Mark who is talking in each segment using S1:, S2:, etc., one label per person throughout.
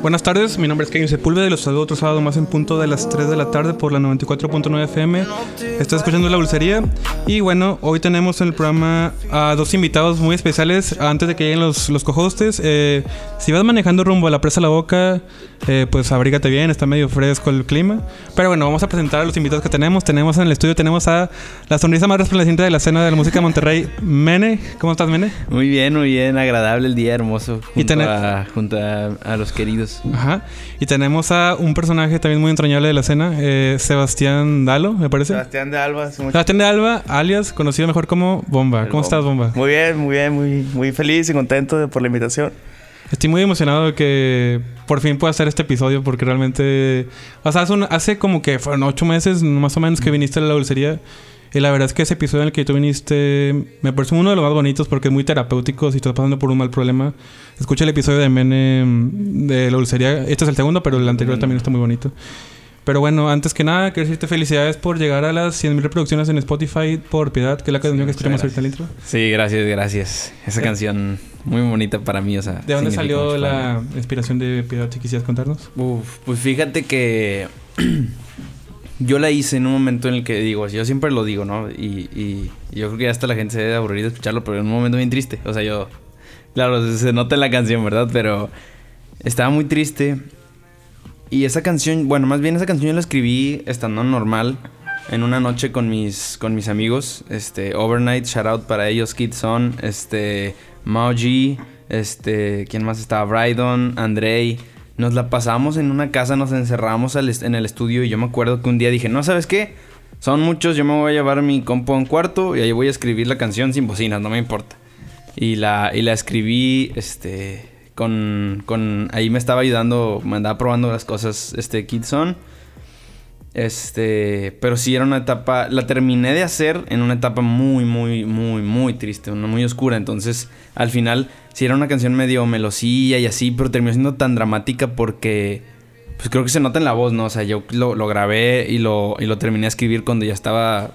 S1: Buenas tardes, mi nombre es Kevin Sepúlveda y los saludo otro sábado más en punto de las 3 de la tarde por la 94.9 FM. Estás escuchando La Dulcería y bueno, hoy tenemos en el programa a dos invitados muy especiales antes de que lleguen los, los cojostes. eh, si vas manejando rumbo a la presa La Boca, eh, pues abrígate bien, está medio fresco el clima. Pero bueno, vamos a presentar a los invitados que tenemos. Tenemos en el estudio, tenemos a la sonrisa más resplandeciente de la escena de la música de Monterrey, Mene. ¿Cómo estás, Mene?
S2: Muy bien, muy bien, agradable el día hermoso. Junto,
S1: Y tener-
S2: a, junto a, a los queridos.
S1: Ajá. Y tenemos a un personaje también muy entrañable de la escena, eh, Sebastián Dalo, me parece. Sebastián.
S3: Sebastián de Alba. hace mucho-
S1: de Alba, alias conocido mejor como Bomba.
S2: El
S1: ¿Cómo estás, Bomba?
S3: Muy bien, muy bien, muy, muy feliz y contento de- por la invitación.
S1: Estoy muy emocionado de que por fin pueda hacer este episodio porque realmente... O sea, hace, un- hace como que fueron ocho meses más o menos que viniste a la dulcería. Y la verdad es que ese episodio en el que tú viniste me parece uno de los más bonitos porque es muy terapéutico. Si estás pasando por un mal problema, escucha el episodio de Mene mm, de la dulcería. Este es el segundo, pero el anterior también está muy bonito. Pero bueno, antes que nada, quiero decirte felicidades por llegar a las 100.000 reproducciones en Spotify por Piedad, que es la canción que
S2: muchas
S1: escuchamos ahorita en el intro.
S2: Sí, gracias, gracias. Esa canción muy bonita para mí, o sea.
S1: ¿De dónde
S2: significa
S1: salió
S2: mucho para mí.
S1: la inspiración de Piedad? Si quisieras contarnos.
S2: Uf, pues fíjate que yo la hice en un momento en el que digo, yo siempre lo digo, ¿no? Y, y yo creo que hasta la gente se debe aburrir de escucharlo, pero en un momento bien triste. O sea, yo, claro, se- se nota en la canción, ¿verdad? Pero estaba muy triste. Y esa canción, bueno, más bien esa canción yo la escribí estando normal en una noche con mis con mis amigos, este Overnight, shout out para ellos, Kid Son, este Mauji, este quién más estaba, Brydon, Andrei. Nos la pasamos en una casa, nos encerramos al est- en el estudio y yo me acuerdo que un día dije, "No, ¿sabes qué? Son muchos, yo me voy a llevar mi compo a un cuarto y ahí voy a escribir la canción sin bocinas, no me importa." Y la, y la escribí, este, con, con... Ahí me estaba ayudando, me andaba probando las cosas, este, Kidson. Este, pero sí era una etapa, la terminé de hacer en una etapa muy, muy, muy, muy triste, una muy oscura. Entonces, al final, sí era una canción medio melosía y así, pero terminó siendo tan dramática porque, pues creo que se nota en la voz, ¿no? O sea, yo lo, lo grabé y lo, y lo terminé a escribir cuando ya estaba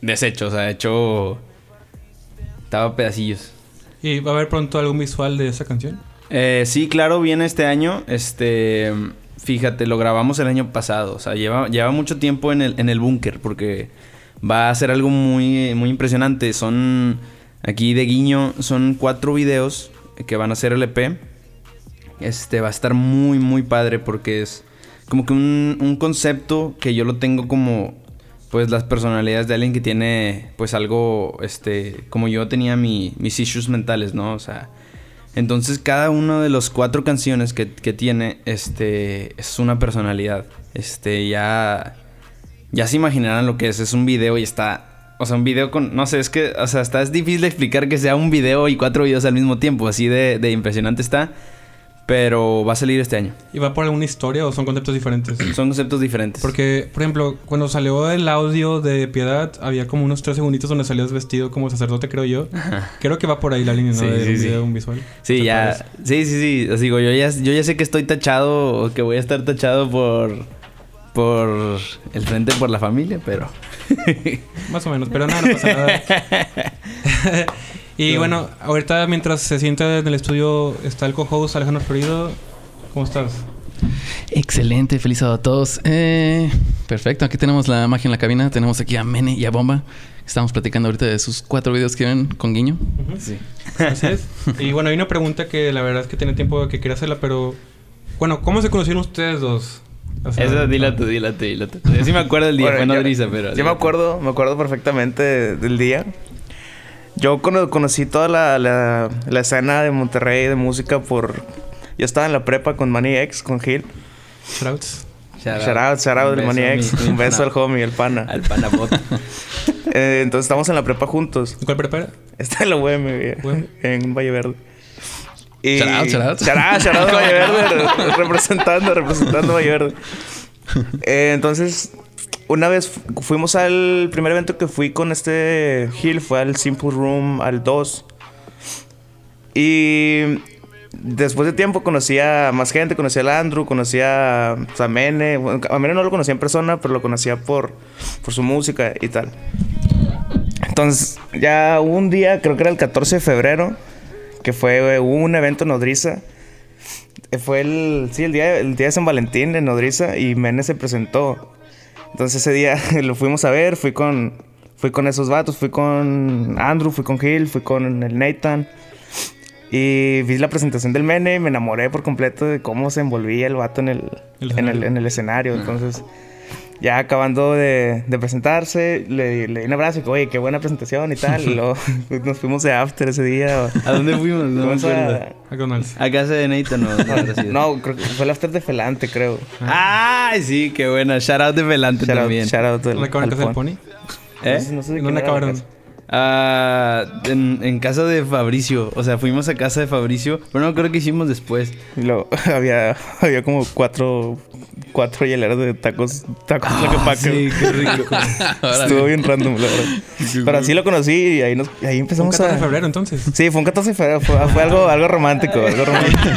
S2: deshecho, o sea, hecho, estaba a pedacillos.
S1: ¿Y va a haber pronto algún visual de esa canción?
S2: Eh, sí, claro, viene este año. Este, fíjate, lo grabamos el año pasado. O sea, lleva, lleva mucho tiempo en el, en el búnker porque va a ser algo muy, muy impresionante. Son, aquí de guiño, son cuatro videos que van a ser LP. Este, va a estar muy, muy padre porque es como que un, un concepto que yo lo tengo como, pues, las personalidades de alguien que tiene, pues, algo, este, como yo tenía mi- mis issues mentales, ¿no? O sea... Entonces cada una de las cuatro canciones que, que tiene este, es una personalidad. Este, ya, ya se imaginarán lo que es. Es un video y está... O sea, un video con... No sé, es que... O sea, está, es difícil de explicar que sea un video y cuatro videos al mismo tiempo. Así de, de impresionante está. Pero va a salir este año.
S1: ¿Y va por alguna historia o son conceptos diferentes?
S2: Son conceptos diferentes.
S1: Porque, por ejemplo, cuando salió el audio de Piedad, había como unos tres segunditos donde salías vestido como sacerdote, creo yo. Creo que va por ahí la línea, ¿no?
S2: Sí,
S1: de
S2: sí,
S1: un
S2: sí.
S1: video, un visual.
S2: Sí,
S1: ¿Te
S2: ya.
S1: parece?
S2: Sí, sí, sí. Os digo, yo ya, yo ya sé que estoy tachado o que voy a estar tachado por. por. el frente por la familia, pero.
S1: Más o menos, pero nada, no pasa nada. y bueno, ahorita mientras se sienta en el estudio está el co-host Alejandro Florido. ¿Cómo estás?
S4: Excelente, feliz sábado a todos. Eh, perfecto, aquí tenemos la magia en la cabina. Tenemos aquí a Mene y a Bomba. Estamos platicando ahorita de sus cuatro videos que ven con Guiño.
S2: Sí.
S1: Así es. Y bueno, hay una pregunta que la verdad es que tiene tiempo que quería hacerla, pero... Bueno, ¿cómo se conocieron ustedes dos? O sea,
S2: Eso, dila tú, dila tú, dila tú. Yo sí me acuerdo el día,
S3: Bueno,
S2: fue una
S3: yo-
S2: brisa, pero.
S3: Yo me acuerdo, me acuerdo perfectamente del día. Yo cono- conocí toda la, la- la escena de Monterrey de música por... Yo estaba en la prepa con Manny X, con Gil.
S1: Shrouds.
S2: Shout
S3: Shout out, shout out del
S2: Un
S3: Manny
S2: beso a
S3: X.
S2: mi-
S3: Un beso al homie, el pana.
S2: Al panabota.
S3: Eh, entonces estamos en la prepa juntos.
S1: ¿Cuál prepara?
S3: Está en la UEM, güey,
S1: UEM.
S3: en Valle Verde. Y...
S4: Shout out, shout out.
S3: Shout out, shout out Valle Verde. re- representando, representando Valle Verde. Eh, entonces, una vez fu- fuimos al primer evento que fui con este Gil, fue al Simple Room, al 2. Y después de tiempo conocí a más gente, conocí al Andrew, conocí a Samene. Bueno, a Mene no lo conocía en persona, pero lo conocía por, por su música y tal. Entonces, ya hubo un día, creo que era el 14 de febrero, que fue eh, hubo un evento en Nodriza. fue el, sí, el día, el día de San Valentín en Nodriza y Mene se presentó. Entonces ese día lo fuimos a ver, fui con, fui con esos vatos, fui con Andrew, fui con Gil, fui con el Nathan. Y vi la presentación del Mene y me enamoré por completo de cómo se envolvía el vato en el,
S1: El
S3: en
S1: escenario.
S3: el, en el escenario. Entonces, ya acabando de, de presentarse, le, le di un abrazo y que, oye, qué buena presentación y tal. Y luego nos fuimos de after ese día.
S2: ¿A dónde fuimos? No me
S3: Fuimos
S2: acuerdo.
S3: a,
S1: A Conals.
S2: A casa de Nathan, no. no, habrá sido.
S3: no, creo que fue el after de Felante, creo.
S2: ¡Ay, sí! ¡Qué buena! Shout out de Velante
S3: Shout out,
S2: también.
S3: shout out al-
S1: ¿No acabaron
S3: al
S1: que hacer
S3: Pon.
S1: pony?
S2: ¿Eh?
S3: No sé- no sé
S1: ¿Dónde
S3: de quién era la
S1: acabaron?
S3: casa.
S2: Ah, en, en casa de Fabricio. O sea, fuimos a casa de Fabricio. Pero no creo que hicimos después.
S3: Y luego había, había como cuatro, cuatro hieleras de tacos, tacos tlaquepaque.
S2: Ah, Sí, qué rico.
S3: Estuvo bien random, la verdad. Pero así lo conocí y ahí, nos, y ahí
S1: Un
S3: empezamos
S1: 14 de
S3: a...
S1: febrero, entonces.
S3: Sí, fue un 14 de febrero. Fue, fue algo, algo romántico. Algo romántico.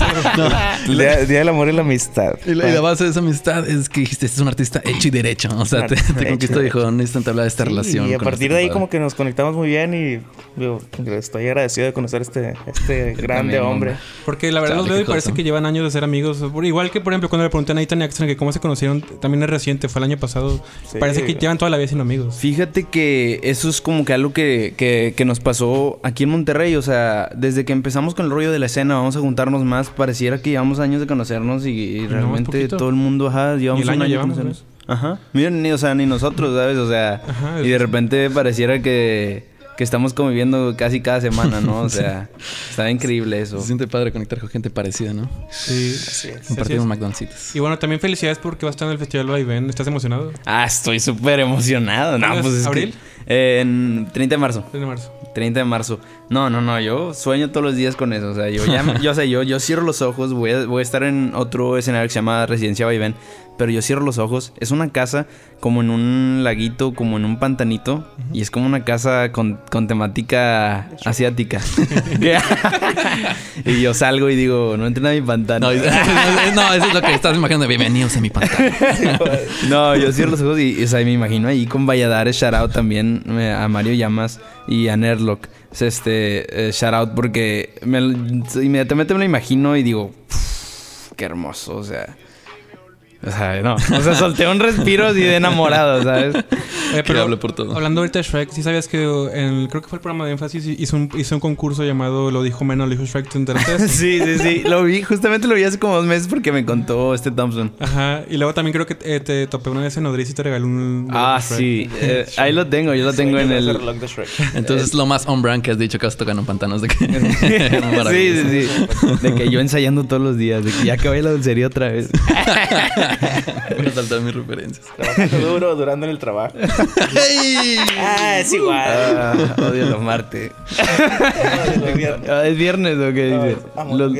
S3: El día, el día del amor y la amistad.
S4: Y la, y la base de esa amistad es que dijiste, "Este es un artista hecho y derecho. O sea, te, te
S3: Hecho y
S4: conquistó y dijo, necesito entablar esta
S3: Sí,
S4: relación.
S3: Y a
S4: con
S3: partir
S4: este
S3: de ahí
S4: compadre".
S3: como que nos conectamos muy bien y digo, estoy agradecido de conocer este, este grande
S2: también,
S3: hombre.
S1: Porque la verdad
S4: Chale,
S1: los veo y
S4: qué
S1: parece
S4: cosa.
S1: que llevan años de ser amigos. Por- Igual que, por ejemplo, cuando le pregunté a Nathan y Axel que cómo se conocieron, también es reciente, fue el año pasado.
S3: Sí.
S1: Parece que llevan toda la vida siendo amigos.
S2: Fíjate que eso es como que algo que, que- que nos pasó aquí en Monterrey. O sea, desde que empezamos con el rollo de la escena, vamos a juntarnos más. Pareciera que llevamos años de conocernos y, y
S1: nomás
S2: realmente
S1: poquito.
S2: todo el mundo, ajá, llevamos
S1: Ni el año
S2: un año de
S1: llevamos,
S2: conocernos. Ajá. Miren, ni, o sea, ni nosotros, ¿sabes? O sea,
S1: Ajá,
S2: y de
S1: es-
S2: repente pareciera que, que estamos conviviendo casi cada semana, ¿no? O sea, está increíble eso.
S4: Se siente padre conectar con gente parecida, ¿no?
S1: Sí.
S3: Así es.
S4: Compartir un
S1: es.
S4: McDonald's.
S1: Y bueno, también felicidades porque vas a estar en el Festival Vaivén. ¿Estás emocionado?
S2: Ah, estoy súper emocionado. No,
S1: ¿Cuándo es?
S2: pues es que-
S1: ¿Abril?
S2: Eh, en 30 de marzo.
S1: 3 de marzo.
S2: 30 de marzo. No, no, no, yo sueño todos los días con eso. O sea, yo ya, yo, o sea, yo, yo cierro los ojos, voy a, voy a estar en otro escenario que se llama Residencia Vaivén, pero yo cierro los ojos. Es una casa como en un laguito, como en un pantanito, y es como una casa con, con temática asiática. Que- y yo salgo y digo, no entren a mi pantano.
S4: No, y- no, eso es lo que estás imaginando. Bienvenidos a mi pantalla.
S2: No, yo cierro los ojos y, o sea, me imagino ahí con Valladares, shout out también eh, a Mario Llamas y a Nerlock. Es Este, eh, shout out porque me lo- inmediatamente me lo imagino y digo, "Pff, qué hermoso, o sea. O sea, no. O sea, solté un respiro así de enamorado, ¿sabes?
S1: Oye, pero
S4: hable por todo.
S1: Hablando ahorita de Shrek, ¿sí sabías que en- creo que fue el programa de énfasis hizo un, hizo un concurso llamado Lo dijo Mena, lo dijo Shrek, ¿te enteraste? de eso?
S2: Sí, sí, sí. Lo vi, justamente lo vi hace como dos meses porque me contó este Thompson.
S1: Ajá. Y luego también creo que eh, te topé una vez en Odriz y te regaló un.
S2: Ah,
S1: Shrek.
S2: sí. Eh, ahí lo tengo, yo lo tengo en el.
S3: reloj de Shrek.
S4: Entonces, lo más on-brand que has dicho que vas tocando pantanos. De que...
S2: sí, sí, sí. De que yo ensayando todos los días, de que ya acabé la dulcería otra vez.
S4: Voy a saltar mis referencias.
S3: Trabajando duro, durando en el trabajo. Ah, es igual.
S2: Ah, odio los martes. Ah, ¿Es viernes o qué dices?
S5: Ah,
S2: Los-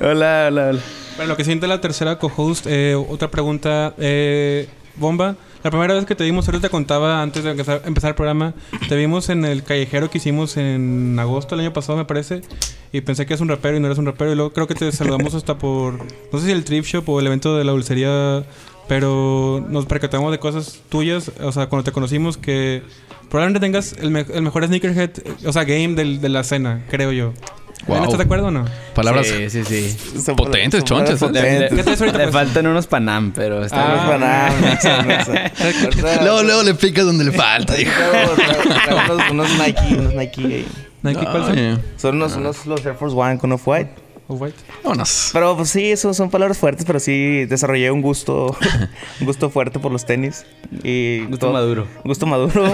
S2: Hola, hola, hola.
S1: Bueno, lo que siente la tercera co-host, eh, otra pregunta. eh, Bomba, la primera vez que te vimos, ahorita te contaba antes de empezar, empezar el programa, te vimos en el callejero que hicimos en agosto del año pasado, me parece, y pensé que eras un rapero y no eras un rapero, y luego creo que te saludamos hasta por, no sé si el trip shop o el evento de la dulcería, pero nos percatamos de cosas tuyas, o sea, cuando te conocimos que probablemente tengas el, me- el mejor sneakerhead, eh, o sea, game del- de la escena, creo yo.
S4: Guau.
S1: ¿Estás de acuerdo o no?
S4: Palabras.
S2: Sí, sí, sí.
S4: Potentes, ¿eh? chonches,
S2: Le,
S1: ¿Qué traes ahorita,
S2: le
S1: pues?
S2: faltan unos Panam, pero está
S1: Ah.
S4: Luego, luego le picas donde le falta, hijo.
S3: unos, unos Nike, unos Nike. eh.
S1: Nike, ¿cuál son?
S4: Oye,
S3: Son unos, unos los Air Force One con Off-White.
S1: ¿O White?
S4: Vámonos.
S3: Pero pues, sí, eso son palabras fuertes, pero sí desarrollé un gusto, un gusto fuerte por los tenis. Y
S2: Gusto
S3: todo-
S2: maduro.
S3: Gusto maduro.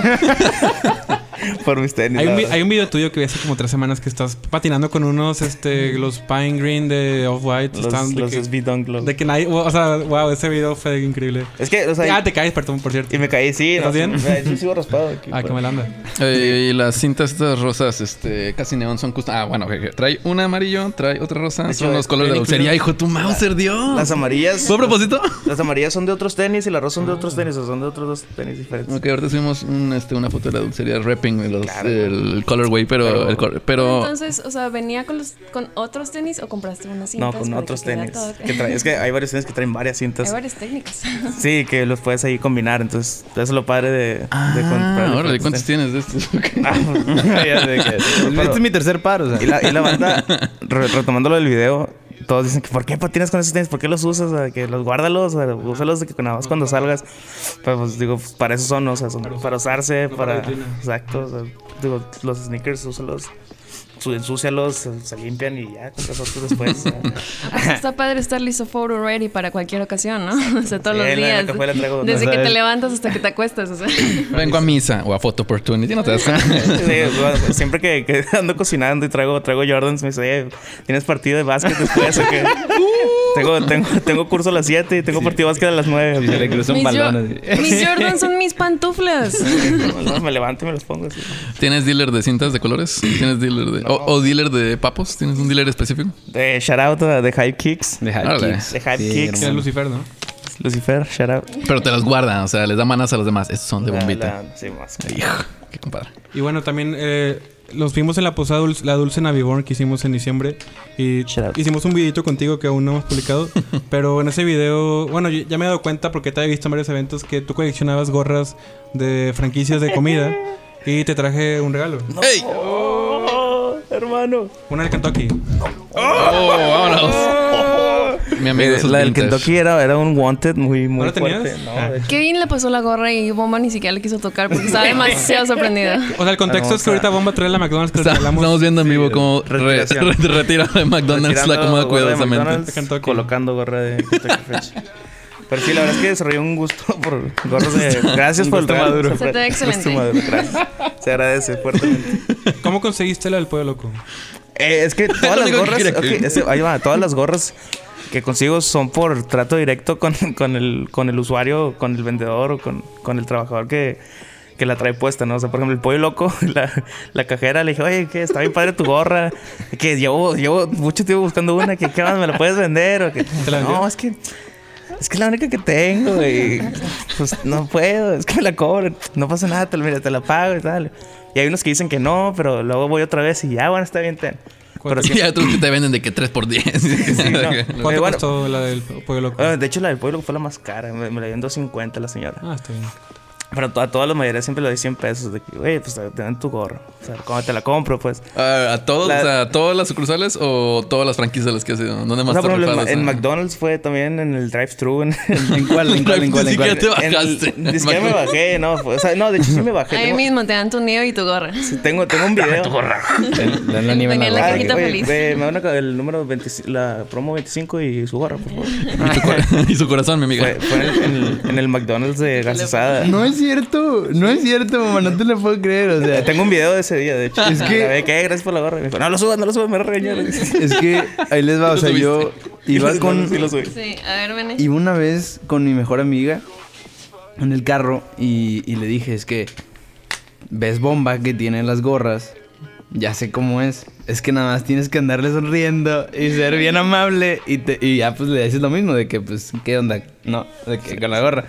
S3: por mis tenis.
S1: Hay
S3: la
S1: un, vi-
S3: verdad.
S1: hay un video tuyo que vi hace como tres semanas que estás patinando con unos, este, los Pine Green de Off-White.
S3: los,
S1: Están de,
S3: los
S1: que-
S3: SB Dunk Low.
S1: de que nadie, o sea, wow, ese video fue increíble.
S3: Es que, o sea,
S1: ah, te caes, perdón, por cierto.
S3: Pues y me caí, sí.
S1: ¿Estás
S3: no,
S1: bien?
S3: sí, Yo sigo raspado aquí.
S1: Ah, que
S3: pero-
S1: me anda.
S4: Eh, y las cintas estas rosas, este, casi neón, son custom. Ah, bueno, que- que trae una amarillo, trae otra rosa.
S3: hecho,
S4: Son los colores de
S1: viene
S4: dulcería, hijo, tu Mauser, Dios.
S3: Las amarillas.
S4: ¿Fue a propósito?
S3: Las amarillas son de
S1: Ah.
S3: otros tenis y las rosas son de otros tenis, o son de otros dos tenis diferentes.
S4: Ok, ahorita subimos un, este, una foto de la dulcería Rep shopping, los- el colorway, pero, el cor- pero
S6: Entonces, o sea, ¿venía con, los, con otros tenis o compraste unas cintas?
S3: No, con
S6: para que
S3: otros
S6: quedara
S3: tenis.
S6: todo-
S3: que traen- es que hay varios tenis que traen varias
S6: Hay
S3: cintas.
S6: varias técnicas.
S3: Sí, que los puedes ahí combinar. Entonces, eso es lo padre de, de
S4: ah,
S3: comprar
S4: órale,
S3: diferentes tenis.
S4: ¿cuántos tienes de estos? Ok.
S3: Ah, ya sé que-
S2: Este es mi tercer par, o sea.
S3: Y la, y la banda, re- retomando lo del video, todos dicen que ¿por qué patinas con esos tenis? ¿Por qué los usas? O sea, que los guárdalos, o sea, úsalos de que nada más cuando salgas. Pero pues digo, pues, para eso son, o sea, son para usarse, para. Exacto. o sea, digo, los sneakers, úsalos, su- ensúcialos, se, se limpian y ya compras otros después. o sea.
S6: Aparte, Está padre estar listo photo ready para cualquier ocasión, ¿no? O sea, todos
S3: Sí,
S6: los
S3: en la- en la
S6: días.
S3: cajuela traigo-
S6: Desde
S2: no
S6: que te
S2: sabes.
S6: levantas hasta que te acuestas, o sea.
S4: Vengo a misa o a Photo Opportunity, no te das cuenta.
S3: Sí, bueno, siempre que, que ando cocinando y traigo, traigo Jordans, me dice, "Eh, ¿tienes partido de básquet después o qué?"
S6: Uh.
S3: tengo, tengo, tengo curso a las 7 y tengo partido de básquet a las 9.
S2: Y se le cruzó un
S6: Mis
S2: balón.
S6: Jo-
S2: así.
S6: mis Jordans son mis pantuflas.
S3: No, me levanto y me los pongo así.
S4: ¿Tienes dealer de cintas de colores? ¿Tienes dealer de... O, o dealer de papos? ¿Tienes un dealer específico?
S3: De shout out a The Hype Kicks.
S2: De high
S4: Órale.
S2: kicks.
S3: De high
S2: Sí,
S3: kicks.
S1: Que es
S2: hermano.
S1: Lucifer, ¿no?
S3: Lucifer, shout out.
S4: Pero te los guarda, o sea, les da manas a los demás. Estos son de
S3: La-
S4: bombita.
S3: la- sí, más.
S4: Hijo, qué compadre.
S1: Y bueno, también eh, los vimos en la posada dulce, la Dulce Naviborn que hicimos en diciembre. Y
S3: Shout out.
S1: hicimos un videito contigo que aún no hemos publicado. pero en ese video, bueno, yo- ya me he dado cuenta porque te he visto en varios eventos que tú coleccionabas gorras de franquicias de comida. Y te traje un regalo.
S4: ¡Ey!
S3: Oh, hermano.
S1: Una de Kentucky.
S4: ¡Oh, vámonos! Mi amigo
S3: Eh,
S4: es
S3: la del
S4: Oh, vintage.
S3: Kentucky era, era un wanted muy, muy
S1: ¿No la tenías?
S3: fuerte. No, de-
S6: Qué bien le pasó la gorra y Bomba ni siquiera le quiso tocar porque estaba demasiado sorprendida.
S1: O sea, el contexto es que ahorita Bomba trae la McDonald's que le
S3: pues,
S4: Está- estamos
S1: regalamos.
S4: viendo en vivo cómo re-
S3: retiración.
S4: re- retira de McDonald's la
S3: retirando
S4: acomoda
S3: gorra de
S4: cuidadosamente.
S3: McDonald's,
S1: Kentucky.
S3: Colocando gorra de Kentucky Fresh. Pero sí, la verdad es que desarrollé un gusto por gorras de. Gracias por el regalo.
S6: Se te ve
S3: Un gusto
S6: excelente.
S3: maduro, gracias. Se agradece fuertemente.
S1: ¿Cómo conseguiste la del pollo loco?
S3: Eh, es que todas
S4: Lo
S3: las
S4: único que
S3: gorras.
S4: quiere que-
S3: ok, ese- ahí va, todas las gorras que consigo son por trato directo con, con el, con el usuario, con el vendedor o con, con el trabajador que, que la trae puesta, ¿no? O sea, por ejemplo, el pollo loco, la, la cajera le dije, oye, que está bien padre tu gorra, que llevo, llevo mucho tiempo buscando una, que qué más me la puedes vender. O que,
S1: la vendió?
S3: no, es que. Es que es la única que tengo, y Pues no puedo, es que me la cobran. No pasa nada, te, la- mira, te la pago y tal. Y hay unos que dicen que no, pero luego voy otra vez y ya, bueno, está bien, ten. Pero
S4: Y hay otros que te venden de que 3 por 10
S3: no.
S1: ¿Cuánto
S3: Eh, bueno.
S1: costó la del pollo loco?
S3: Ah, de hecho, la del pueblo fue la más cara. Me, me la dio en 250 la señora.
S1: Ah, está bien.
S3: Pero to- a todas las mayorías siempre le doy 100 pesos. De que, güey, pues te dan tu gorro. O sea, ¿cómo te la compro? Pues.
S4: Ah, ¿A todos?
S3: La-
S4: o sea, ¿a todas las sucursales o todas las franquicias a las que has ido? ¿Dónde
S3: O
S4: más
S3: sea,
S4: te
S3: por ejemplo, en,
S4: rifabas,
S3: Ma- en
S4: ah?
S3: McDonald's fue también en el drive-thru. En,
S2: ¿En cuál? ¿En cuál? ¿En cuál? ¿En
S4: Ni siquiera
S2: cuál?
S4: te
S3: en-
S4: bajaste.
S3: es que me bajé, no. fue- o sea, no, de hecho sí me bajé.
S6: Ahí
S3: Tengo,
S6: mismo te dan tu nido y tu gorra.
S3: tengo, tengo un video.
S2: En- en la nieve en la
S6: Venía en la
S2: gorra.
S6: cajita
S3: oye,
S6: feliz.
S3: ve, Ah, me van a ca- el número 25, la promo 25 y su gorra, por favor.
S4: Y tu cor- y su corazón, mi amiga.
S3: Fue, fue en, el, en el- en el McDonald's de Garzasada.
S5: No es cierto, no es cierto, mamá, no te lo puedo creer, o sea.
S3: Tengo un video de ese día, de hecho.
S5: Es que-
S3: Grabé, ¿qué? Gracias por la gorra. Y me dijo, no lo subas, no lo subas, me regañaron.
S5: Es que ahí les va, o sea, yo iba con
S3: Sí, lo subí.
S6: Sí, a ver, ven.
S5: iba una vez con mi mejor amiga en el carro y, y le dije, es que ves bomba que tiene las gorras, ya sé cómo es, es que nada más tienes que andarle sonriendo y ser bien amable y, te- y ya pues le dices lo mismo de que pues, ¿qué onda? No, de que con la gorra.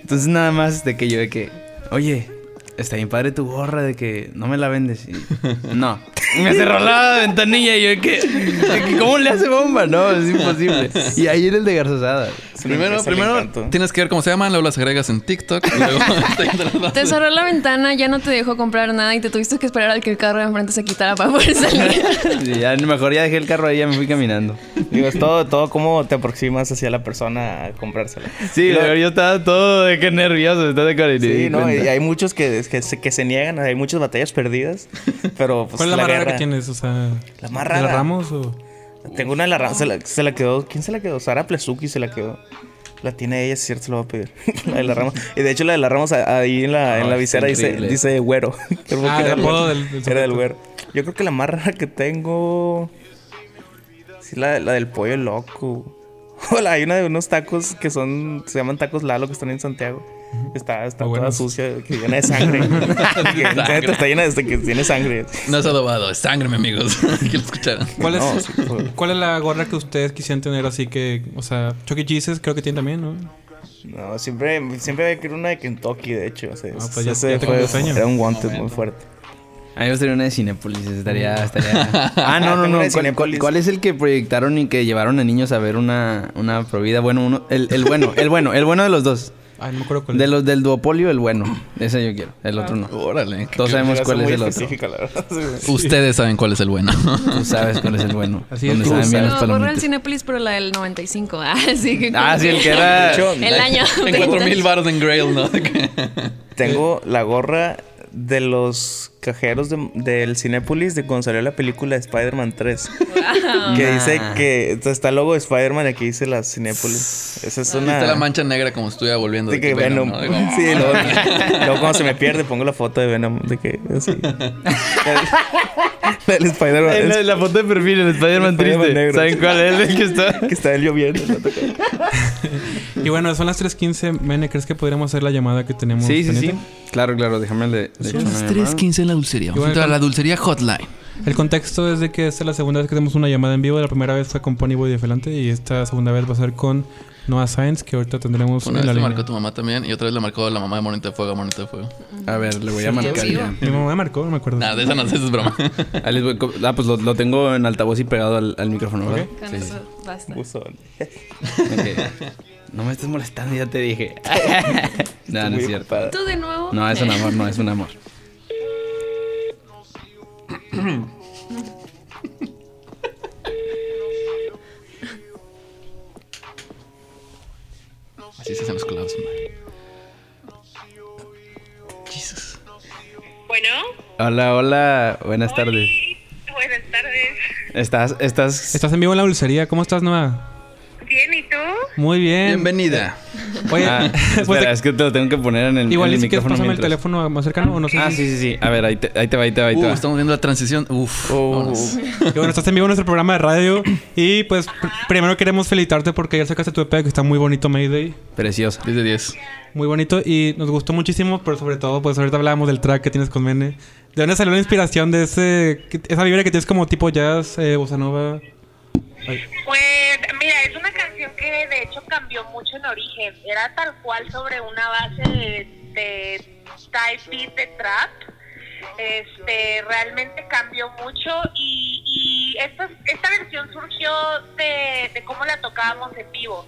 S5: Entonces nada más de que yo de que, oye, está bien padre tu gorra, de que no me la vendes. Y, no. Me cerró la ventanilla y yo de que, de que, ¿cómo le hace bomba? No, es imposible. Y ahí era el de Garzasada.
S4: Primero,
S3: Ese le
S4: primero
S3: encantó.
S4: tienes que ver cómo se llaman, luego las agregas en TikTok. y luego te- te las vas-
S6: Te cerró la ventana, ya no te dejó comprar nada y te tuviste que esperar al que el carro de enfrente se quitara para poder salir.
S5: Y ya mejor ya dejé el carro ahí y ya me fui caminando.
S3: Digo, es todo, todo cómo te aproximas hacia la persona a comprársela.
S5: Sí, la verdad, yo estaba todo de que nervioso, estaba de que
S3: Sí, no, y hay muchos que, que, se, que se niegan, hay muchas batallas perdidas, pero pues
S1: ¿Cuál es la, más rara
S3: guerra-
S1: que tienes? O sea,
S3: La más
S1: ¿de
S3: rara.
S1: Ramos o...?
S3: Tengo una de la ra- se la, se la quedó, ¿quién se la quedó? Sara Plesuki se la quedó. La tiene ella, si es cierto, se lo va a pedir. la de la Ramos. Y de hecho la de la Ramos a- ahí en la, en la
S5: Ah, está
S3: visera dice,
S5: increíble.
S3: dice güero. Creo que
S1: Ah, el
S3: era
S1: apodo
S3: güero.
S1: del- del
S3: Era del
S1: sujeto.
S3: güero. Yo creo que la más rara que tengo... Sí, la, la del pollo loco. Hola, hay una de unos tacos que son... Se llaman tacos Lalo, que están en Santiago. Está, está
S1: Muy
S3: toda
S1: buenos.
S3: sucia, que llena de sangre. Que está llena de... que tiene sangre.
S4: No es adobado, es sangre, mi amigos. Hay que lo escucharan.
S1: ¿Cuál es,
S3: No, sí, fue-
S1: E. ¿Cuál es la gorra que ustedes quisieran tener así que, o sea, Chucky Jesus creo que tiene también, ¿no?
S3: No, siempre, siempre había que ir una de Kentucky, de hecho. O sea,
S1: Ah, pues ya-
S3: ese
S1: ya tengo
S3: fue-
S1: el sueño.
S3: era un wanted muy fuerte.
S5: A mí me gustaría una de Cinepolis, estaría... estaría...
S2: Ah, no, no, no.
S3: Tengo una
S2: ¿Cuál- ¿Cuál,
S3: de Cinépolis.
S2: cuál es el que proyectaron y que llevaron a niños a ver una, una provida? Bueno, uno, el, el bueno, el bueno, el bueno de los dos.
S1: Ay, no me acuerdo cuál
S2: De
S1: es.
S2: los del duopolio, el bueno. Ese yo quiero, el otro no.
S4: Órale.
S2: Todos sabemos
S3: Era
S2: cuál es
S3: muy
S2: el otro.
S3: específica, la verdad.
S4: Ustedes saben cuál es el bueno.
S2: Tú sabes cuál es el bueno.
S1: Así es,
S2: Donde
S1: tú
S2: saben bien
S1: sabes.
S2: las
S6: No, borra el
S2: palomitas.
S6: Cinépolis, pero la del 95. Ah, sí, que
S2: Ah, sí, el que era.
S6: El año.
S4: en 4000 baros en Grail, ¿no?
S3: Tengo la gorra de los cajeros de- del Cinépolis de cuando salió la película de Spider-Man 3. Que dice que entonces, está el logo de Spider-Man y aquí dice la Cinépolis. Esa es una.
S4: Está la mancha negra como si estuviera volviendo.
S3: de que Venom.
S4: Venom, ¿no? Digo,
S3: Sí, luego, luego cuando se me pierde pongo la foto de Venom. De que. Así. La del Spider-Man.
S5: En la, la foto de perfil, el Spider-Man
S3: El Spider-Man
S5: triste.
S3: negro.
S5: ¿Saben cuál es el que está?
S3: Que está él lloviendo.
S1: Y bueno, son las 3.15. Mene, ¿crees que podríamos hacer la llamada que tenemos?
S2: Sí, sí, sí.
S1: pendiente?
S2: Claro, claro, déjame le. le echo
S4: Son
S2: una
S4: las
S2: llamada.
S4: 3.15 en la dulcería.
S1: Igual
S4: Junto a
S1: con-
S4: la dulcería Hotline.
S1: El contexto es de que esta es la segunda vez que tenemos una llamada en vivo. La primera vez fue con Pony Boy de Felante y esta segunda vez va a ser con Noah Science, que ahorita tendremos en
S4: Una vez
S1: la
S4: le
S1: línea.
S4: marcó tu mamá también y otra vez le marcó la mamá de Monito de Fuego a Monito de Fuego.
S2: A ver, le voy a marcar
S6: sí.
S2: ya.
S1: Mi mamá marcó, no me acuerdo.
S4: Nada, de esa no esa es broma.
S2: Ah, les voy co- ah, pues lo, lo tengo en altavoz y pegado al, al micrófono, ¿verdad?
S6: Con
S2: Sí, sí.
S6: eso basta.
S3: Buzón.
S2: Ok. No me estés molestando, ya te dije. no, no
S3: Muy
S2: es cierto.
S3: ocupada.
S6: ¿Tú de nuevo?
S2: No, es un amor, no, es un amor.
S4: Así se hacen los clavos, madre. Jesus.
S7: Bueno,
S2: Hola, hola, buenas tardes.
S7: buenas tardes.
S2: Estás, estás.
S1: Estás en vivo en la dulcería. ¿Cómo estás, Noah?
S7: Bien, ¿y tú?
S1: Muy bien.
S4: Bienvenida.
S1: Oye,
S2: Ah,
S1: pues,
S2: espera, es que te lo tengo que poner en el,
S1: igual
S2: en
S1: y
S2: el
S1: si quieres
S2: micrófono.
S1: pásame el
S2: mientras.
S1: teléfono más cercano o no sé.
S2: Ah,
S1: si-
S2: sí, sí, sí. A ver, ahí te, ahí te va, ahí te va, ahí te
S4: Uh,
S2: va.
S4: estamos viendo la transición. Uf. vámonos.
S1: Y bueno, estás en vivo en nuestro programa de radio. Y pues pr- primero queremos felicitarte porque ayer sacaste tu EP que está muy bonito, Mayday.
S2: Preciosa.
S4: 10 de 10.
S1: Muy bonito y nos gustó muchísimo, pero sobre todo, pues ahorita hablábamos del track que tienes con Mene. ¿De dónde salió la inspiración de ese, que- esa vibra que tienes como tipo jazz, eh, bossa nova?
S7: Pues mira, es una canción que de hecho cambió mucho en origen. Era tal cual sobre una base de, de type beat de trap. Este, realmente cambió mucho y, y esta, esta versión surgió de, de cómo la tocábamos en vivo.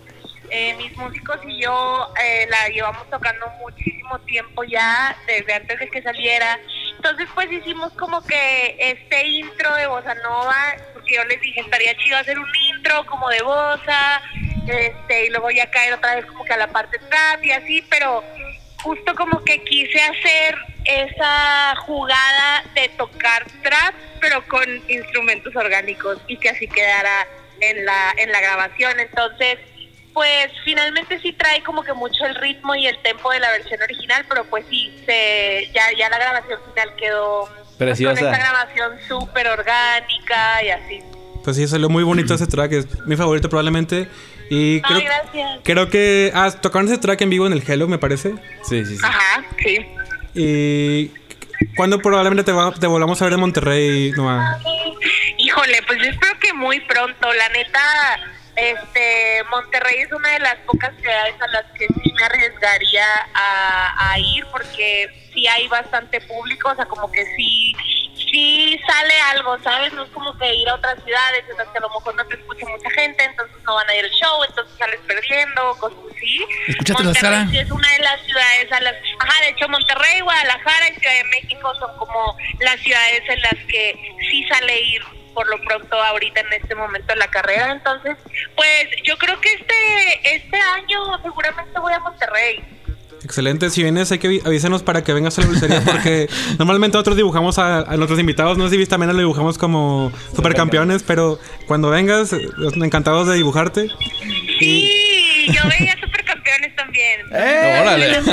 S7: Eh, mis músicos y yo eh, la llevamos tocando muchísimo tiempo ya, desde antes de que saliera. Entonces, pues hicimos como que este intro de bossa nova, porque yo les dije, estaría chido hacer un intro como de bossa, este, y luego ya caer otra vez como que a la parte trap y así, pero justo como que quise hacer esa jugada de tocar trap, pero con instrumentos orgánicos y que así quedara en la, en la grabación. Entonces, pues finalmente sí trae como que mucho el ritmo y el tempo de la versión original, pero pues sí, se, ya, ya la grabación final quedó pues,
S2: Preciosa.
S7: con esta grabación súper orgánica y así.
S1: Pues sí, salió muy bonito ese track, es mi favorito probablemente. Y creo,
S7: Ay, gracias.
S1: creo que. Ah, tocaron ese track en vivo en el Hello, me parece.
S2: Sí, sí, sí.
S7: Ajá, sí.
S1: Y. ¿Cuándo probablemente te, va- te volvamos a ver en Monterrey, Noah?
S7: Híjole, pues yo espero que muy pronto. La neta, este, Monterrey es una de las pocas ciudades a las que sí me arriesgaría a, a ir porque sí hay bastante público, o sea, como que sí, sí sale algo, ¿sabes? No es como que ir a otras ciudades en las que a lo mejor no te escucha mucha gente, entonces no van a ir al show, entonces sales perdiendo, cosas así.
S4: Escúchatelo,
S7: Monterrey
S4: Sara.
S7: sí es una de las ciudades a las... Ajá, de hecho Monterrey, Guadalajara y Ciudad de México son como las ciudades en las que sí sale ir por lo pronto ahorita en este momento en la carrera. Entonces, pues yo creo que este este año seguramente voy a Monterrey.
S1: Excelente, si vienes hay que avi- avísanos para que vengas a la dulcería porque normalmente nosotros dibujamos a, a nuestros invitados, no sé si también lo dibujamos como supercampeones, pero cuando vengas, eh, encantados de dibujarte.
S7: Sí, yo veía supercampeones también.
S4: ¡Eh! Órale.